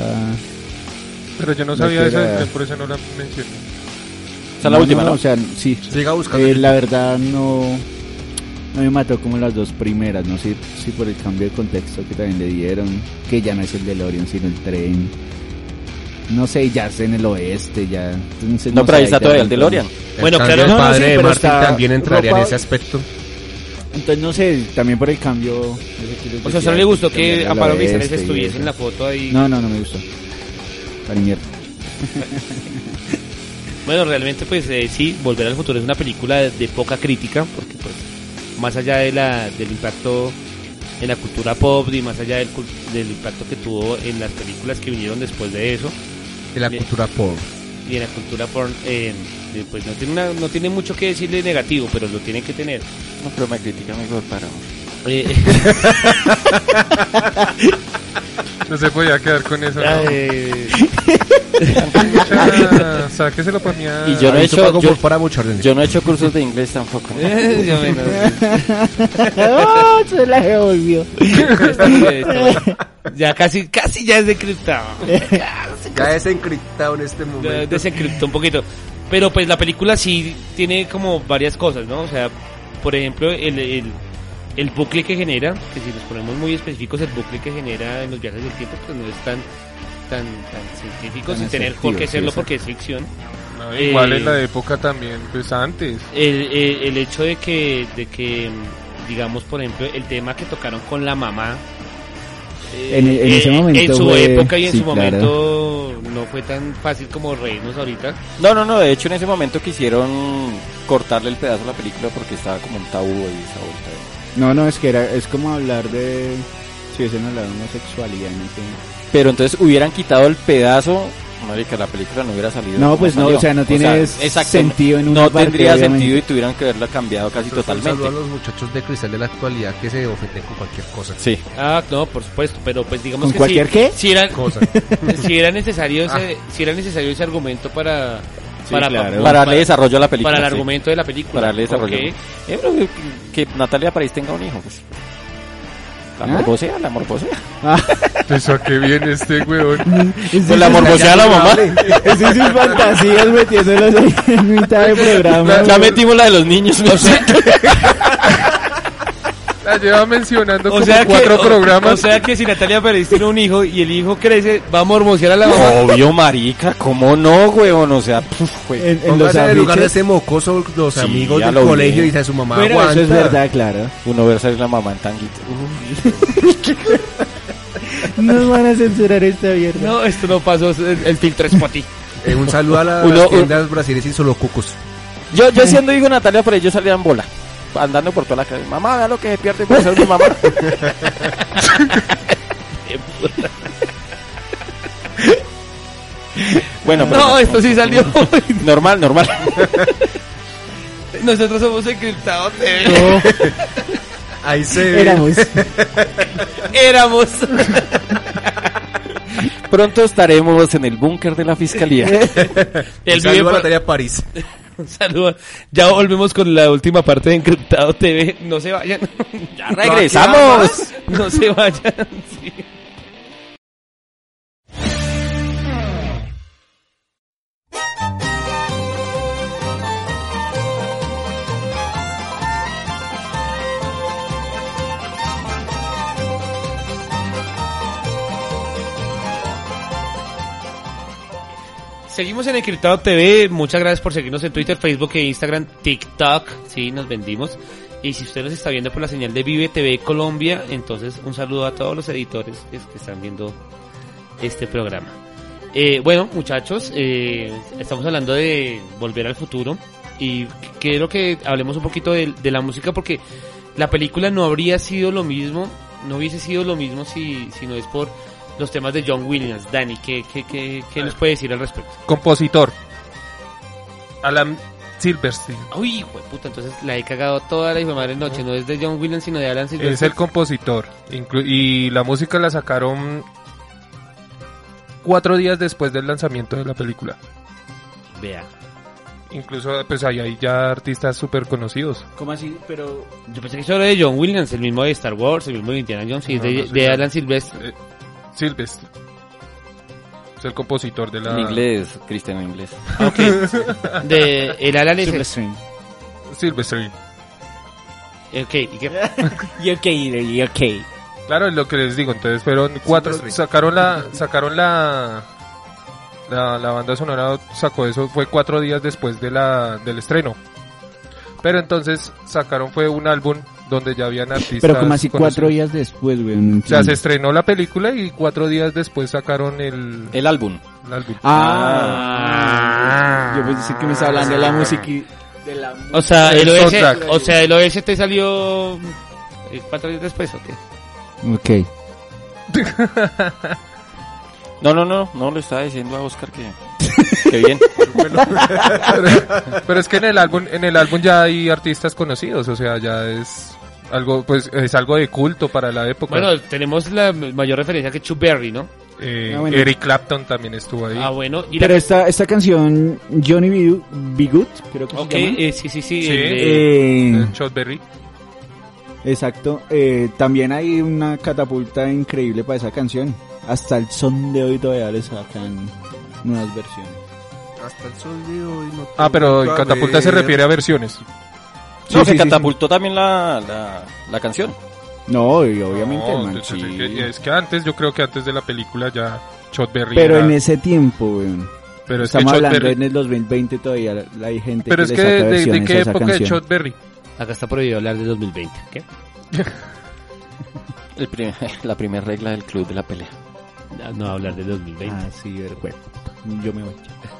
Speaker 3: Pero yo no
Speaker 4: Me
Speaker 3: sabía eso,
Speaker 4: queda-
Speaker 3: por eso no la mencioné.
Speaker 5: Esa es la
Speaker 4: No,
Speaker 5: última,
Speaker 4: no,
Speaker 5: ¿no?
Speaker 4: O sea, sí.
Speaker 8: Siga buscando.
Speaker 4: Eh, la verdad no, no me mató como las dos primeras, no sé si por el cambio de contexto que también le dieron, que ya no es el DeLorean sino el tren. No sé, ya es en el oeste, ya. Entonces,
Speaker 5: No,
Speaker 4: sé,
Speaker 5: pero ahí está todavía el
Speaker 4: también-
Speaker 5: DeLorean.
Speaker 1: Bueno,
Speaker 2: cambio,
Speaker 1: claro,
Speaker 2: el
Speaker 4: no, no,
Speaker 2: padre
Speaker 4: sí,
Speaker 2: de
Speaker 4: pero
Speaker 2: Martin
Speaker 4: está
Speaker 2: también entraría en
Speaker 4: ropa-
Speaker 2: ese aspecto.
Speaker 4: Entonces, no sé, también por el cambio. no sé qué les
Speaker 1: O sea,
Speaker 4: decía,
Speaker 1: solo le gustó que
Speaker 4: cambiar el
Speaker 1: Amparo Misanes
Speaker 4: oeste y
Speaker 1: estuviese
Speaker 4: eso.
Speaker 5: este.
Speaker 1: en la foto ahí.
Speaker 4: No, no, no me gustó. Para mierda.
Speaker 1: Bueno, realmente pues eh, sí, Volver al Futuro es una película de, de poca crítica, porque pues más allá de la, del impacto en la cultura pop y más allá del, cul- del impacto que tuvo en las películas que vinieron después de eso
Speaker 2: De la
Speaker 1: Bien.
Speaker 2: cultura pop.
Speaker 1: y en la cultura porn, eh, eh, pues no tiene, una- no tiene mucho que decirle negativo, pero lo tiene que tener.
Speaker 5: No, pero me critica mejor para.
Speaker 1: Eh,
Speaker 3: No se podía quedar con eso, ¿no?
Speaker 1: eh,
Speaker 3: Mucha- Sáqueselo para mí. ah, a-
Speaker 5: Y yo no he
Speaker 2: Ahí se
Speaker 5: hecho,
Speaker 2: pagó
Speaker 5: yo,
Speaker 2: por- para mucho orden.
Speaker 5: yo no he hecho cursos de inglés tampoco.
Speaker 1: eh, yo menos.
Speaker 4: ¡Oh, se la devolvió!
Speaker 1: Estamos bien, estamos bien. ya casi, casi ya es decriptado.
Speaker 8: Ya es encriptado en este
Speaker 1: de-
Speaker 8: momento.
Speaker 1: desencriptó un poquito. Pero pues la película sí tiene como varias cosas, ¿no? O sea, por ejemplo, el, el, el bucle que genera, que si nos ponemos muy específicos, el bucle que genera en los viajes del tiempo, pues no es tan tan tan científico,
Speaker 4: Tan
Speaker 1: sin tener por qué
Speaker 4: asertivo, sí,
Speaker 1: serlo
Speaker 4: exacto.
Speaker 1: porque es ficción.
Speaker 3: No, igual
Speaker 1: Eh.
Speaker 3: en la época también, pues antes.
Speaker 1: El, el, el hecho de que, de que, digamos, por ejemplo, el tema que tocaron con la mamá. eh,
Speaker 4: En- e-, en ese
Speaker 1: en
Speaker 4: momento
Speaker 1: su
Speaker 4: fue-
Speaker 1: época y en
Speaker 4: sí,
Speaker 1: su
Speaker 4: claro.
Speaker 1: momento no fue tan fácil como reírnos ahorita.
Speaker 5: No, no, no, de hecho en ese momento quisieron cortarle el pedazo a la película porque estaba como un tabú ahí esa vuelta.
Speaker 4: No, no, es que era, es como hablar de. Si hubiesen hablado de homosexualidad, no sé.
Speaker 5: Pero entonces hubieran quitado el pedazo, marica, la película no hubiera salido.
Speaker 4: No,
Speaker 5: como
Speaker 4: pues no,
Speaker 5: salió.
Speaker 4: o sea, no tiene
Speaker 5: exacto,
Speaker 4: sentido en
Speaker 5: No
Speaker 4: una parte,
Speaker 5: tendría
Speaker 4: obviamente.
Speaker 5: sentido y tuvieran que haberla cambiado casi
Speaker 2: Un saludo
Speaker 5: totalmente.
Speaker 2: a los muchachos de cristal de la actualidad que se ofenden con cualquier cosa.
Speaker 5: Sí,
Speaker 1: Ah, no, por supuesto, pero pues digamos
Speaker 4: ¿Con
Speaker 1: que
Speaker 4: cualquier
Speaker 1: sí,
Speaker 4: qué?
Speaker 1: Si era,
Speaker 2: Cosa.
Speaker 1: si era necesario ese,
Speaker 5: Ah.
Speaker 1: si era necesario ese argumento para
Speaker 4: Sí,
Speaker 1: para,
Speaker 4: claro.
Speaker 1: para-
Speaker 5: para darle desarrollo a la película.
Speaker 1: para el
Speaker 5: sí.
Speaker 1: argumento de la película.
Speaker 5: Para darle desarrollo.
Speaker 1: Ok.
Speaker 5: Eh, pero que, que Natalia París tenga un hijo, pues. La
Speaker 4: ¿Ah?
Speaker 5: morbosea, la morbosea.
Speaker 3: Pues a qué viene este weón.
Speaker 5: Pues la morbosea a la mamá.
Speaker 4: Eso es sus fantasías metiéndolas ahí en mitad del programa.
Speaker 5: Ya metimos la de los niños. O sea,
Speaker 3: La lleva mencionando como
Speaker 1: O sea,
Speaker 3: cuatro
Speaker 1: que, o-
Speaker 3: programas.
Speaker 1: O, sea que si Natalia Pérez tiene un hijo y el hijo crece, va a mormosear a la mamá.
Speaker 5: Obvio, marica, ¿cómo no, weón? O sea, puf, weón.
Speaker 4: En, en los
Speaker 2: Póngase en el lugar de
Speaker 4: afiches.
Speaker 2: ese mocoso, los
Speaker 5: Sí,
Speaker 2: amigos
Speaker 5: ya
Speaker 2: del
Speaker 5: lo vi.
Speaker 2: colegio y dice a su mamá,
Speaker 4: Bueno,
Speaker 2: aguanta.
Speaker 4: eso es verdad, claro.
Speaker 5: Uno ver salir la mamá en tanguito.
Speaker 4: Nos van a censurar esta mierda.
Speaker 1: No, esto no pasó, el, el filtro es para ti.
Speaker 2: Eh, un saludo a la-
Speaker 5: Uno-
Speaker 2: las tiendas brasileñas y solo cucos.
Speaker 5: Yo, yo siendo hijo de Natalia París, yo salía en bola. andando por toda la calle. Mamá, vea lo que se pierde por ser mi mamá. bueno, pero
Speaker 6: No, esto sí salió.
Speaker 5: normal, normal.
Speaker 6: Nosotros somos encriptados TV.
Speaker 2: Ahí se ve.
Speaker 4: Éramos.
Speaker 6: Éramos.
Speaker 5: Pronto estaremos en el búnker de la fiscalía.
Speaker 6: Él vive
Speaker 2: Saludo a la
Speaker 6: por-
Speaker 2: tarea París.
Speaker 6: Un saludo. Ya volvemos con la última parte de Encriptado TV. No se vayan. Ya
Speaker 5: ¡Regresamos!
Speaker 6: No se vayan. sí. Seguimos en Encriptado TV. Muchas gracias por seguirnos en Twitter, Facebook e Instagram, TikTok. Sí, nos vendimos. Y si usted nos está viendo por la señal de Vive TV Colombia, entonces un saludo a todos los editores que que están viendo este programa. Eh, bueno, muchachos, eh, estamos hablando de volver al futuro y quiero que hablemos un poquito de, de la música porque la película no habría sido lo mismo, no hubiese sido lo mismo si, si no es por los temas de John Williams. Dani, ¿qué, qué, qué, qué nos puede decir al respecto?
Speaker 3: Compositor. Alan Silverstein.
Speaker 6: Uy, hijo de puta, entonces la he cagado toda la hijo de madre noche. No es de John Williams, sino de Alan
Speaker 3: Es
Speaker 6: Silvestre.
Speaker 3: el compositor. Inclu- y la música la sacaron cuatro días después del lanzamiento de la película.
Speaker 6: Vea.
Speaker 3: Incluso, pues ahí hay ya artistas súper conocidos.
Speaker 4: ¿Cómo así? Pero
Speaker 6: Yo pensé que solo de John Williams, el mismo de Star Wars, el mismo de Indiana Jones y
Speaker 3: No,
Speaker 6: de,
Speaker 3: no sé,
Speaker 6: de
Speaker 3: no.
Speaker 6: Alan Silvestre.
Speaker 3: Eh, Silvestre. Es el compositor de la...
Speaker 5: En inglés, Cristian, en inglés.
Speaker 6: De, el Alan es el-
Speaker 4: Silverstein.
Speaker 3: Silverstein.
Speaker 6: Ok, ¿y qué?
Speaker 4: Y ok, y ok.
Speaker 3: Claro, es lo que les digo. Entonces fueron cuatro,
Speaker 2: Silvestre.
Speaker 3: sacaron la, sacaron la, la, la banda sonora sacó eso fue cuatro días después de la, del estreno. Pero entonces sacaron fue un álbum donde ya habían artistas.
Speaker 4: Pero como así
Speaker 3: conocidos.
Speaker 4: cuatro días después, güey. no
Speaker 3: O sea, se
Speaker 4: entiendo.
Speaker 3: estrenó la película y cuatro días después sacaron el,
Speaker 4: Eh.
Speaker 5: El álbum.
Speaker 3: el álbum.
Speaker 4: Ah, yo pensé que me estaba hablando de la música y- de la
Speaker 6: O sea, el
Speaker 3: El
Speaker 6: OS,
Speaker 3: soundtrack.
Speaker 6: o sea, el OS te salió eh, cuatro días después, ¿o qué?
Speaker 4: Ok.
Speaker 5: No, no, no, no le estaba diciendo a Oscar que. que bien.
Speaker 3: Pero es que en el álbum, en el álbum ya hay artistas conocidos, o sea, ya es algo, pues es algo de culto para la época.
Speaker 6: Bueno, tenemos la mayor referencia que Chuck Berry, ¿no?
Speaker 3: Eh,
Speaker 4: Ah, bueno.
Speaker 3: Eric Clapton también estuvo ahí.
Speaker 6: Ah, bueno. Y
Speaker 4: Pero
Speaker 6: la...
Speaker 4: esta, esta canción, Johnny B. B. Good, creo que
Speaker 6: Ok,
Speaker 4: se llama.
Speaker 6: eh, sí, sí, sí.
Speaker 3: Sí.
Speaker 6: el de-
Speaker 4: Eh,
Speaker 3: Eh, Chuck Berry.
Speaker 4: exacto. eh, también hay una catapulta increíble para esa canción. Hasta el son de hoy todavía le sacan nuevas versiones.
Speaker 2: Hasta el sol de hoy no te
Speaker 3: Ah, pero el
Speaker 2: vuelvo a
Speaker 3: catapulta se
Speaker 2: ver.
Speaker 3: refiere a versiones.
Speaker 5: No,
Speaker 4: Sí,
Speaker 5: se
Speaker 4: sí, sí.
Speaker 5: catapultó también la, la, la canción.
Speaker 4: No, y obviamente,
Speaker 3: No,
Speaker 4: man,
Speaker 3: pues,
Speaker 4: sí.
Speaker 3: es que- es que antes, yo creo que antes de la película ya Chuck Berry.
Speaker 4: Pero
Speaker 3: era-
Speaker 4: en ese tiempo, weón.
Speaker 3: pero es que
Speaker 4: Estamos
Speaker 3: Chuck
Speaker 4: hablando
Speaker 3: Berry-
Speaker 4: en el 2020 todavía la- la- hay gente
Speaker 3: pero
Speaker 4: que
Speaker 3: es
Speaker 4: le
Speaker 3: que
Speaker 4: saca
Speaker 3: de- de,
Speaker 4: versiones
Speaker 3: qué
Speaker 4: a esa
Speaker 3: época es
Speaker 4: canción.
Speaker 3: Chuck Berry.
Speaker 6: Acá está prohibido hablar de 2020, ¿qué?
Speaker 5: El prim- la primera regla del club de la pelea.
Speaker 6: No, No hablar de 2020.
Speaker 4: Ah, sí, vergüenza. Yo me voy.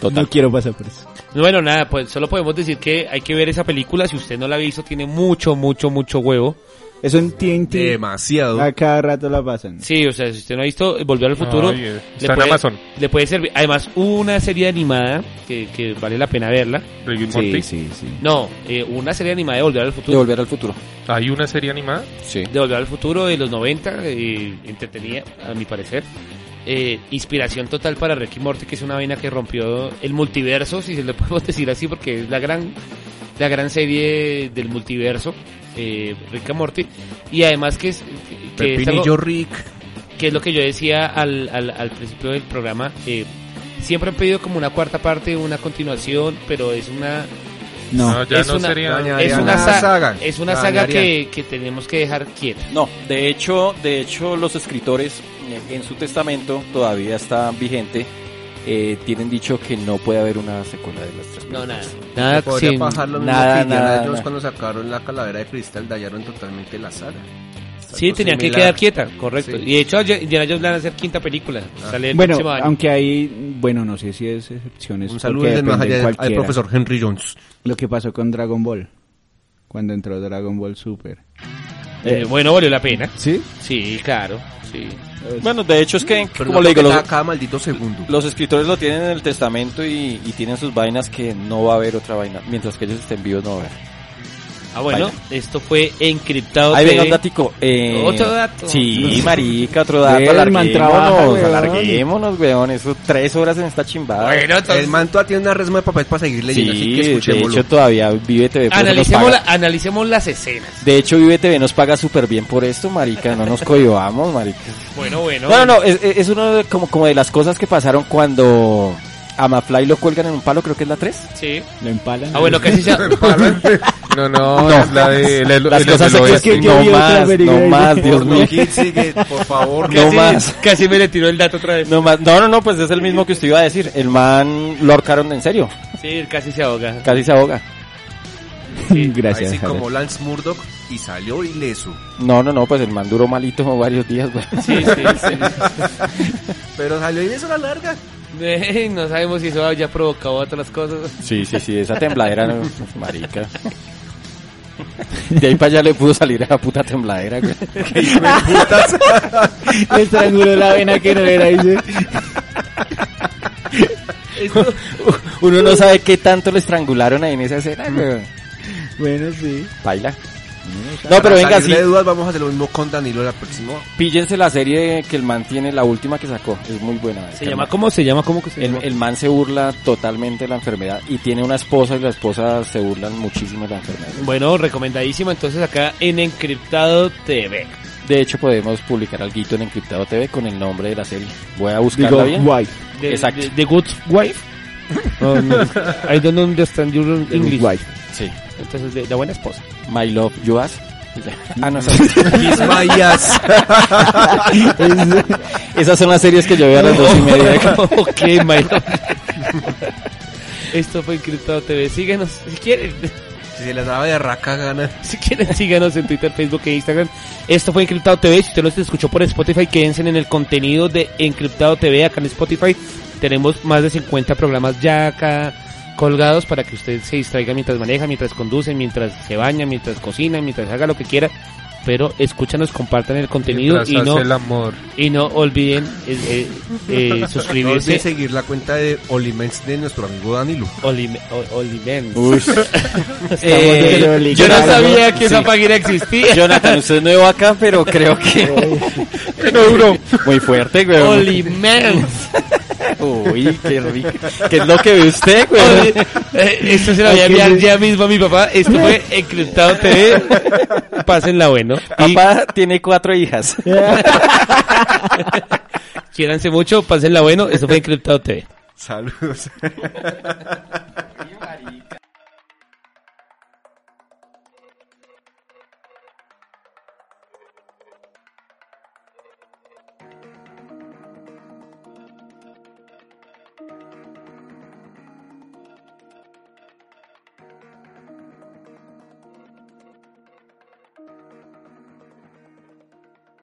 Speaker 5: Total.
Speaker 4: No quiero pasar por eso.
Speaker 6: Bueno, nada, pues solo podemos decir que hay que ver esa película. Si usted no la ha visto, tiene mucho, mucho, mucho huevo.
Speaker 4: Eso en TNT.
Speaker 2: Demasiado.
Speaker 5: Ah,
Speaker 4: A cada rato la pasan.
Speaker 6: Sí, o sea, si usted no ha visto eh, Volver al Futuro,
Speaker 3: Ay, eh,
Speaker 6: le
Speaker 3: está en
Speaker 6: puede-
Speaker 3: Amazon.
Speaker 6: le puede servir. Además, una serie animada que, que vale la pena verla.
Speaker 3: Rick and
Speaker 4: sí,
Speaker 3: Morty.
Speaker 4: sí, sí.
Speaker 6: No, eh, una serie animada de Volver al
Speaker 5: De
Speaker 6: Futuro.
Speaker 5: volver al futuro.
Speaker 3: Hay una serie animada.
Speaker 5: Sí.
Speaker 6: De Volver al Futuro de los 90, eh, entretenida, a mi parecer. Eh, inspiración total para Ricky Morty, que es una vaina que rompió el multiverso, si se le podemos decir así, porque es la gran, la gran serie del multiverso, eh, Rick and Morty. Y además que es, que es algo-
Speaker 2: Pepinillo Rick.
Speaker 6: que es lo que yo decía al, al, al principio del programa, eh, siempre han pedido como una cuarta parte, una continuación, pero es una
Speaker 4: No.
Speaker 3: No, ya
Speaker 6: es
Speaker 3: no
Speaker 6: una-
Speaker 3: sería.
Speaker 2: Daña-
Speaker 6: es
Speaker 2: dañaría
Speaker 6: una
Speaker 2: la
Speaker 6: sa-
Speaker 2: saga.
Speaker 6: es una saga
Speaker 2: Dañaría.
Speaker 6: que, que tenemos que dejar quieta.
Speaker 5: No, de hecho, de hecho los escritores eh, en su testamento todavía está vigente. eh, tienen dicho que no puede haber una secuela de las tres
Speaker 6: No, nada.
Speaker 5: películas.
Speaker 6: Nada,
Speaker 2: Podría
Speaker 6: sin-
Speaker 2: pasar lo mismo
Speaker 5: nada,
Speaker 2: que Indiana
Speaker 5: nada,
Speaker 2: Jones
Speaker 5: nada.
Speaker 2: cuando sacaron la calavera de cristal, dañaron totalmente la saga. Es
Speaker 6: Sí,
Speaker 2: algo
Speaker 6: tenía que
Speaker 2: similar.
Speaker 6: quedar quieta, correcto.
Speaker 2: Sí. Ah.
Speaker 6: Y de hecho, a Indiana Jones le van a hacer quinta película. Sale el
Speaker 4: Bueno,
Speaker 6: próximo año.
Speaker 4: aunque hay, bueno, no sé si es excepciones.
Speaker 2: Un saludo
Speaker 4: porque
Speaker 2: desde más
Speaker 4: depende
Speaker 2: allá
Speaker 4: de
Speaker 2: al
Speaker 4: cualquiera.
Speaker 2: profesor Henry Jones.
Speaker 4: Lo que pasó con Dragon Ball. cuando entró Dragon Ball Super.
Speaker 6: Eh, bueno, valió la pena.
Speaker 4: ¿Sí?
Speaker 6: Sí, claro. Sí.
Speaker 5: Bueno, de hecho es que,
Speaker 2: Pero
Speaker 5: como
Speaker 2: no
Speaker 5: le digo,
Speaker 2: toca
Speaker 5: los,
Speaker 2: cada- cada maldito segundo.
Speaker 5: los escritores lo tienen en el testamento y, y tienen sus vainas que no va a haber otra vaina. Mientras que ellos estén vivos no va a haber.
Speaker 6: Ah, bueno,
Speaker 5: Vaya.
Speaker 6: esto fue Encriptado
Speaker 5: Ahí venga
Speaker 6: TV.
Speaker 5: un datico. eh,
Speaker 6: Otro dato.
Speaker 5: Sí, marica, otro dato.
Speaker 4: Ve, el man trabaja,
Speaker 5: Alarguémonos,
Speaker 4: weón.
Speaker 5: alarguémonos, weón. Eso, tres horas en esta chimbada.
Speaker 6: Bueno,
Speaker 2: El
Speaker 6: entonces,
Speaker 2: man todavía tiene una resma de papel para seguir leyendo, así
Speaker 5: sí,
Speaker 2: que
Speaker 5: de
Speaker 2: escuchémoslo.
Speaker 5: hecho todavía Vive TV Plus nos
Speaker 6: analicemos, la-
Speaker 5: paga.
Speaker 6: analicemos las escenas.
Speaker 5: De hecho, Vive TV nos paga súper bien por esto, marica. No nos cohibamos, marica.
Speaker 6: Bueno, bueno.
Speaker 5: No, no, no, es, es uno de, como, como de las cosas que pasaron cuando a Mafly lo cuelgan en un palo, creo que es la 3.
Speaker 6: Sí.
Speaker 4: Lo empalan.
Speaker 6: Ah, bueno, casi se...
Speaker 3: No, no, es la de... este, el- el-
Speaker 5: Las
Speaker 3: el
Speaker 5: cosas
Speaker 3: del
Speaker 5: sexuales
Speaker 3: oeste.
Speaker 5: que
Speaker 4: yo
Speaker 5: no
Speaker 4: vi otra
Speaker 5: más,
Speaker 4: verga
Speaker 5: no
Speaker 4: y-
Speaker 5: más, Dios
Speaker 2: Porno
Speaker 5: mío.
Speaker 2: Kid sigue, por favor.
Speaker 5: No
Speaker 6: casi,
Speaker 5: más.
Speaker 6: Casi me le tiró el dato otra vez.
Speaker 5: No, más. no, no, no, pues es el mismo que usted iba a decir. El man lo ahorcaron en serio.
Speaker 6: Sí, casi se ahoga.
Speaker 5: Casi se ahoga.
Speaker 4: Gracias.
Speaker 2: Así
Speaker 4: Jared.
Speaker 2: como Lance Murdoch y salió ileso.
Speaker 5: No, no, no, pues el man duró malito varios días, güey.
Speaker 6: Sí, sí, sí.
Speaker 2: Pero salió ileso a la larga.
Speaker 6: Ey, no sabemos si eso haya provocado otras cosas.
Speaker 5: Sí, sí, sí, esa tembladera, no, marica. De ahí para allá le pudo salir a la puta tembladera, güey.
Speaker 4: Le estranguló la vena que no era, dice.
Speaker 5: Uno no sabe qué tanto le estrangularon ahí en esa escena, güey.
Speaker 4: Mm. Bueno, sí. Mm,
Speaker 5: Baila. No, pero
Speaker 2: Para
Speaker 5: venga,
Speaker 2: salir
Speaker 5: sí,
Speaker 2: de dudas vamos a hacer lo mismo con Danilo la próxima.
Speaker 5: píllense la serie que el man tiene, la última que sacó. Es muy buena. marica.
Speaker 6: ¿Se llama cómo? ¿Se llama cómo que se
Speaker 5: El,
Speaker 6: llama?
Speaker 5: el man se burla totalmente de la enfermedad y tiene una esposa y la esposa se burlan muchísimo de la enfermedad.
Speaker 6: Bueno, recomendadísimo entonces acá en Encriptado TV.
Speaker 5: De hecho, podemos publicar algo en Encriptado TV con el nombre de la serie. Voy a buscarla
Speaker 4: Digo,
Speaker 5: bien.
Speaker 4: guay.
Speaker 6: De,
Speaker 5: Exacto.
Speaker 6: de- de Good Wife. Oh, no. I don't understand your English.
Speaker 4: Guay.
Speaker 5: Sí.
Speaker 6: Entonces, de, de buena esposa.
Speaker 5: My Love You Ass. Ah, no, esa-
Speaker 2: Kiss my ass.
Speaker 5: esas son las series que yo veo a las dos y media.
Speaker 6: ok, my love. Esto fue Encriptado TV. Síganos si quieren.
Speaker 2: Si se la sabe de raca gana.
Speaker 6: Si quieren, síganos en Twitter, Facebook e Instagram. Esto fue Encriptado TV. Si usted los escuchó por Spotify, quédense en el contenido de Encriptado TV acá en Spotify. Tenemos más de 50 programas ya acá colgados para que usted se distraiga mientras maneja, mientras conduce, mientras se baña, mientras cocina, mientras haga lo que quiera. Pero escúchanos, compartan el contenido
Speaker 3: Mientras
Speaker 6: y no,
Speaker 3: hace el amor.
Speaker 6: y no olviden eh, eh, eh,
Speaker 2: No olviden
Speaker 6: suscribirse.
Speaker 2: seguir la cuenta de Olimens de nuestro amigo Danilo.
Speaker 6: Olime- o- Olimen.
Speaker 5: Eh,
Speaker 4: Estamos de
Speaker 6: Yo no
Speaker 4: Claro,
Speaker 6: sabía que esa
Speaker 5: sí.
Speaker 6: página existía.
Speaker 5: Jonathan, usted es nuevo acá, pero creo que
Speaker 3: No duró.
Speaker 5: muy fuerte, güey.
Speaker 6: Olimen.
Speaker 5: Uy, qué rico. ¿Qué es lo que ve usted, güey?
Speaker 6: Oye, eh, esto se lo voy a enviar ya mismo a mi papá. Esto fue Encriptado TV. Pásenla bueno. Y
Speaker 5: Papá tiene cuatro hijas.
Speaker 6: quiéranse mucho, pásenla bueno. Esto fue Encriptado TV.
Speaker 2: Saludos.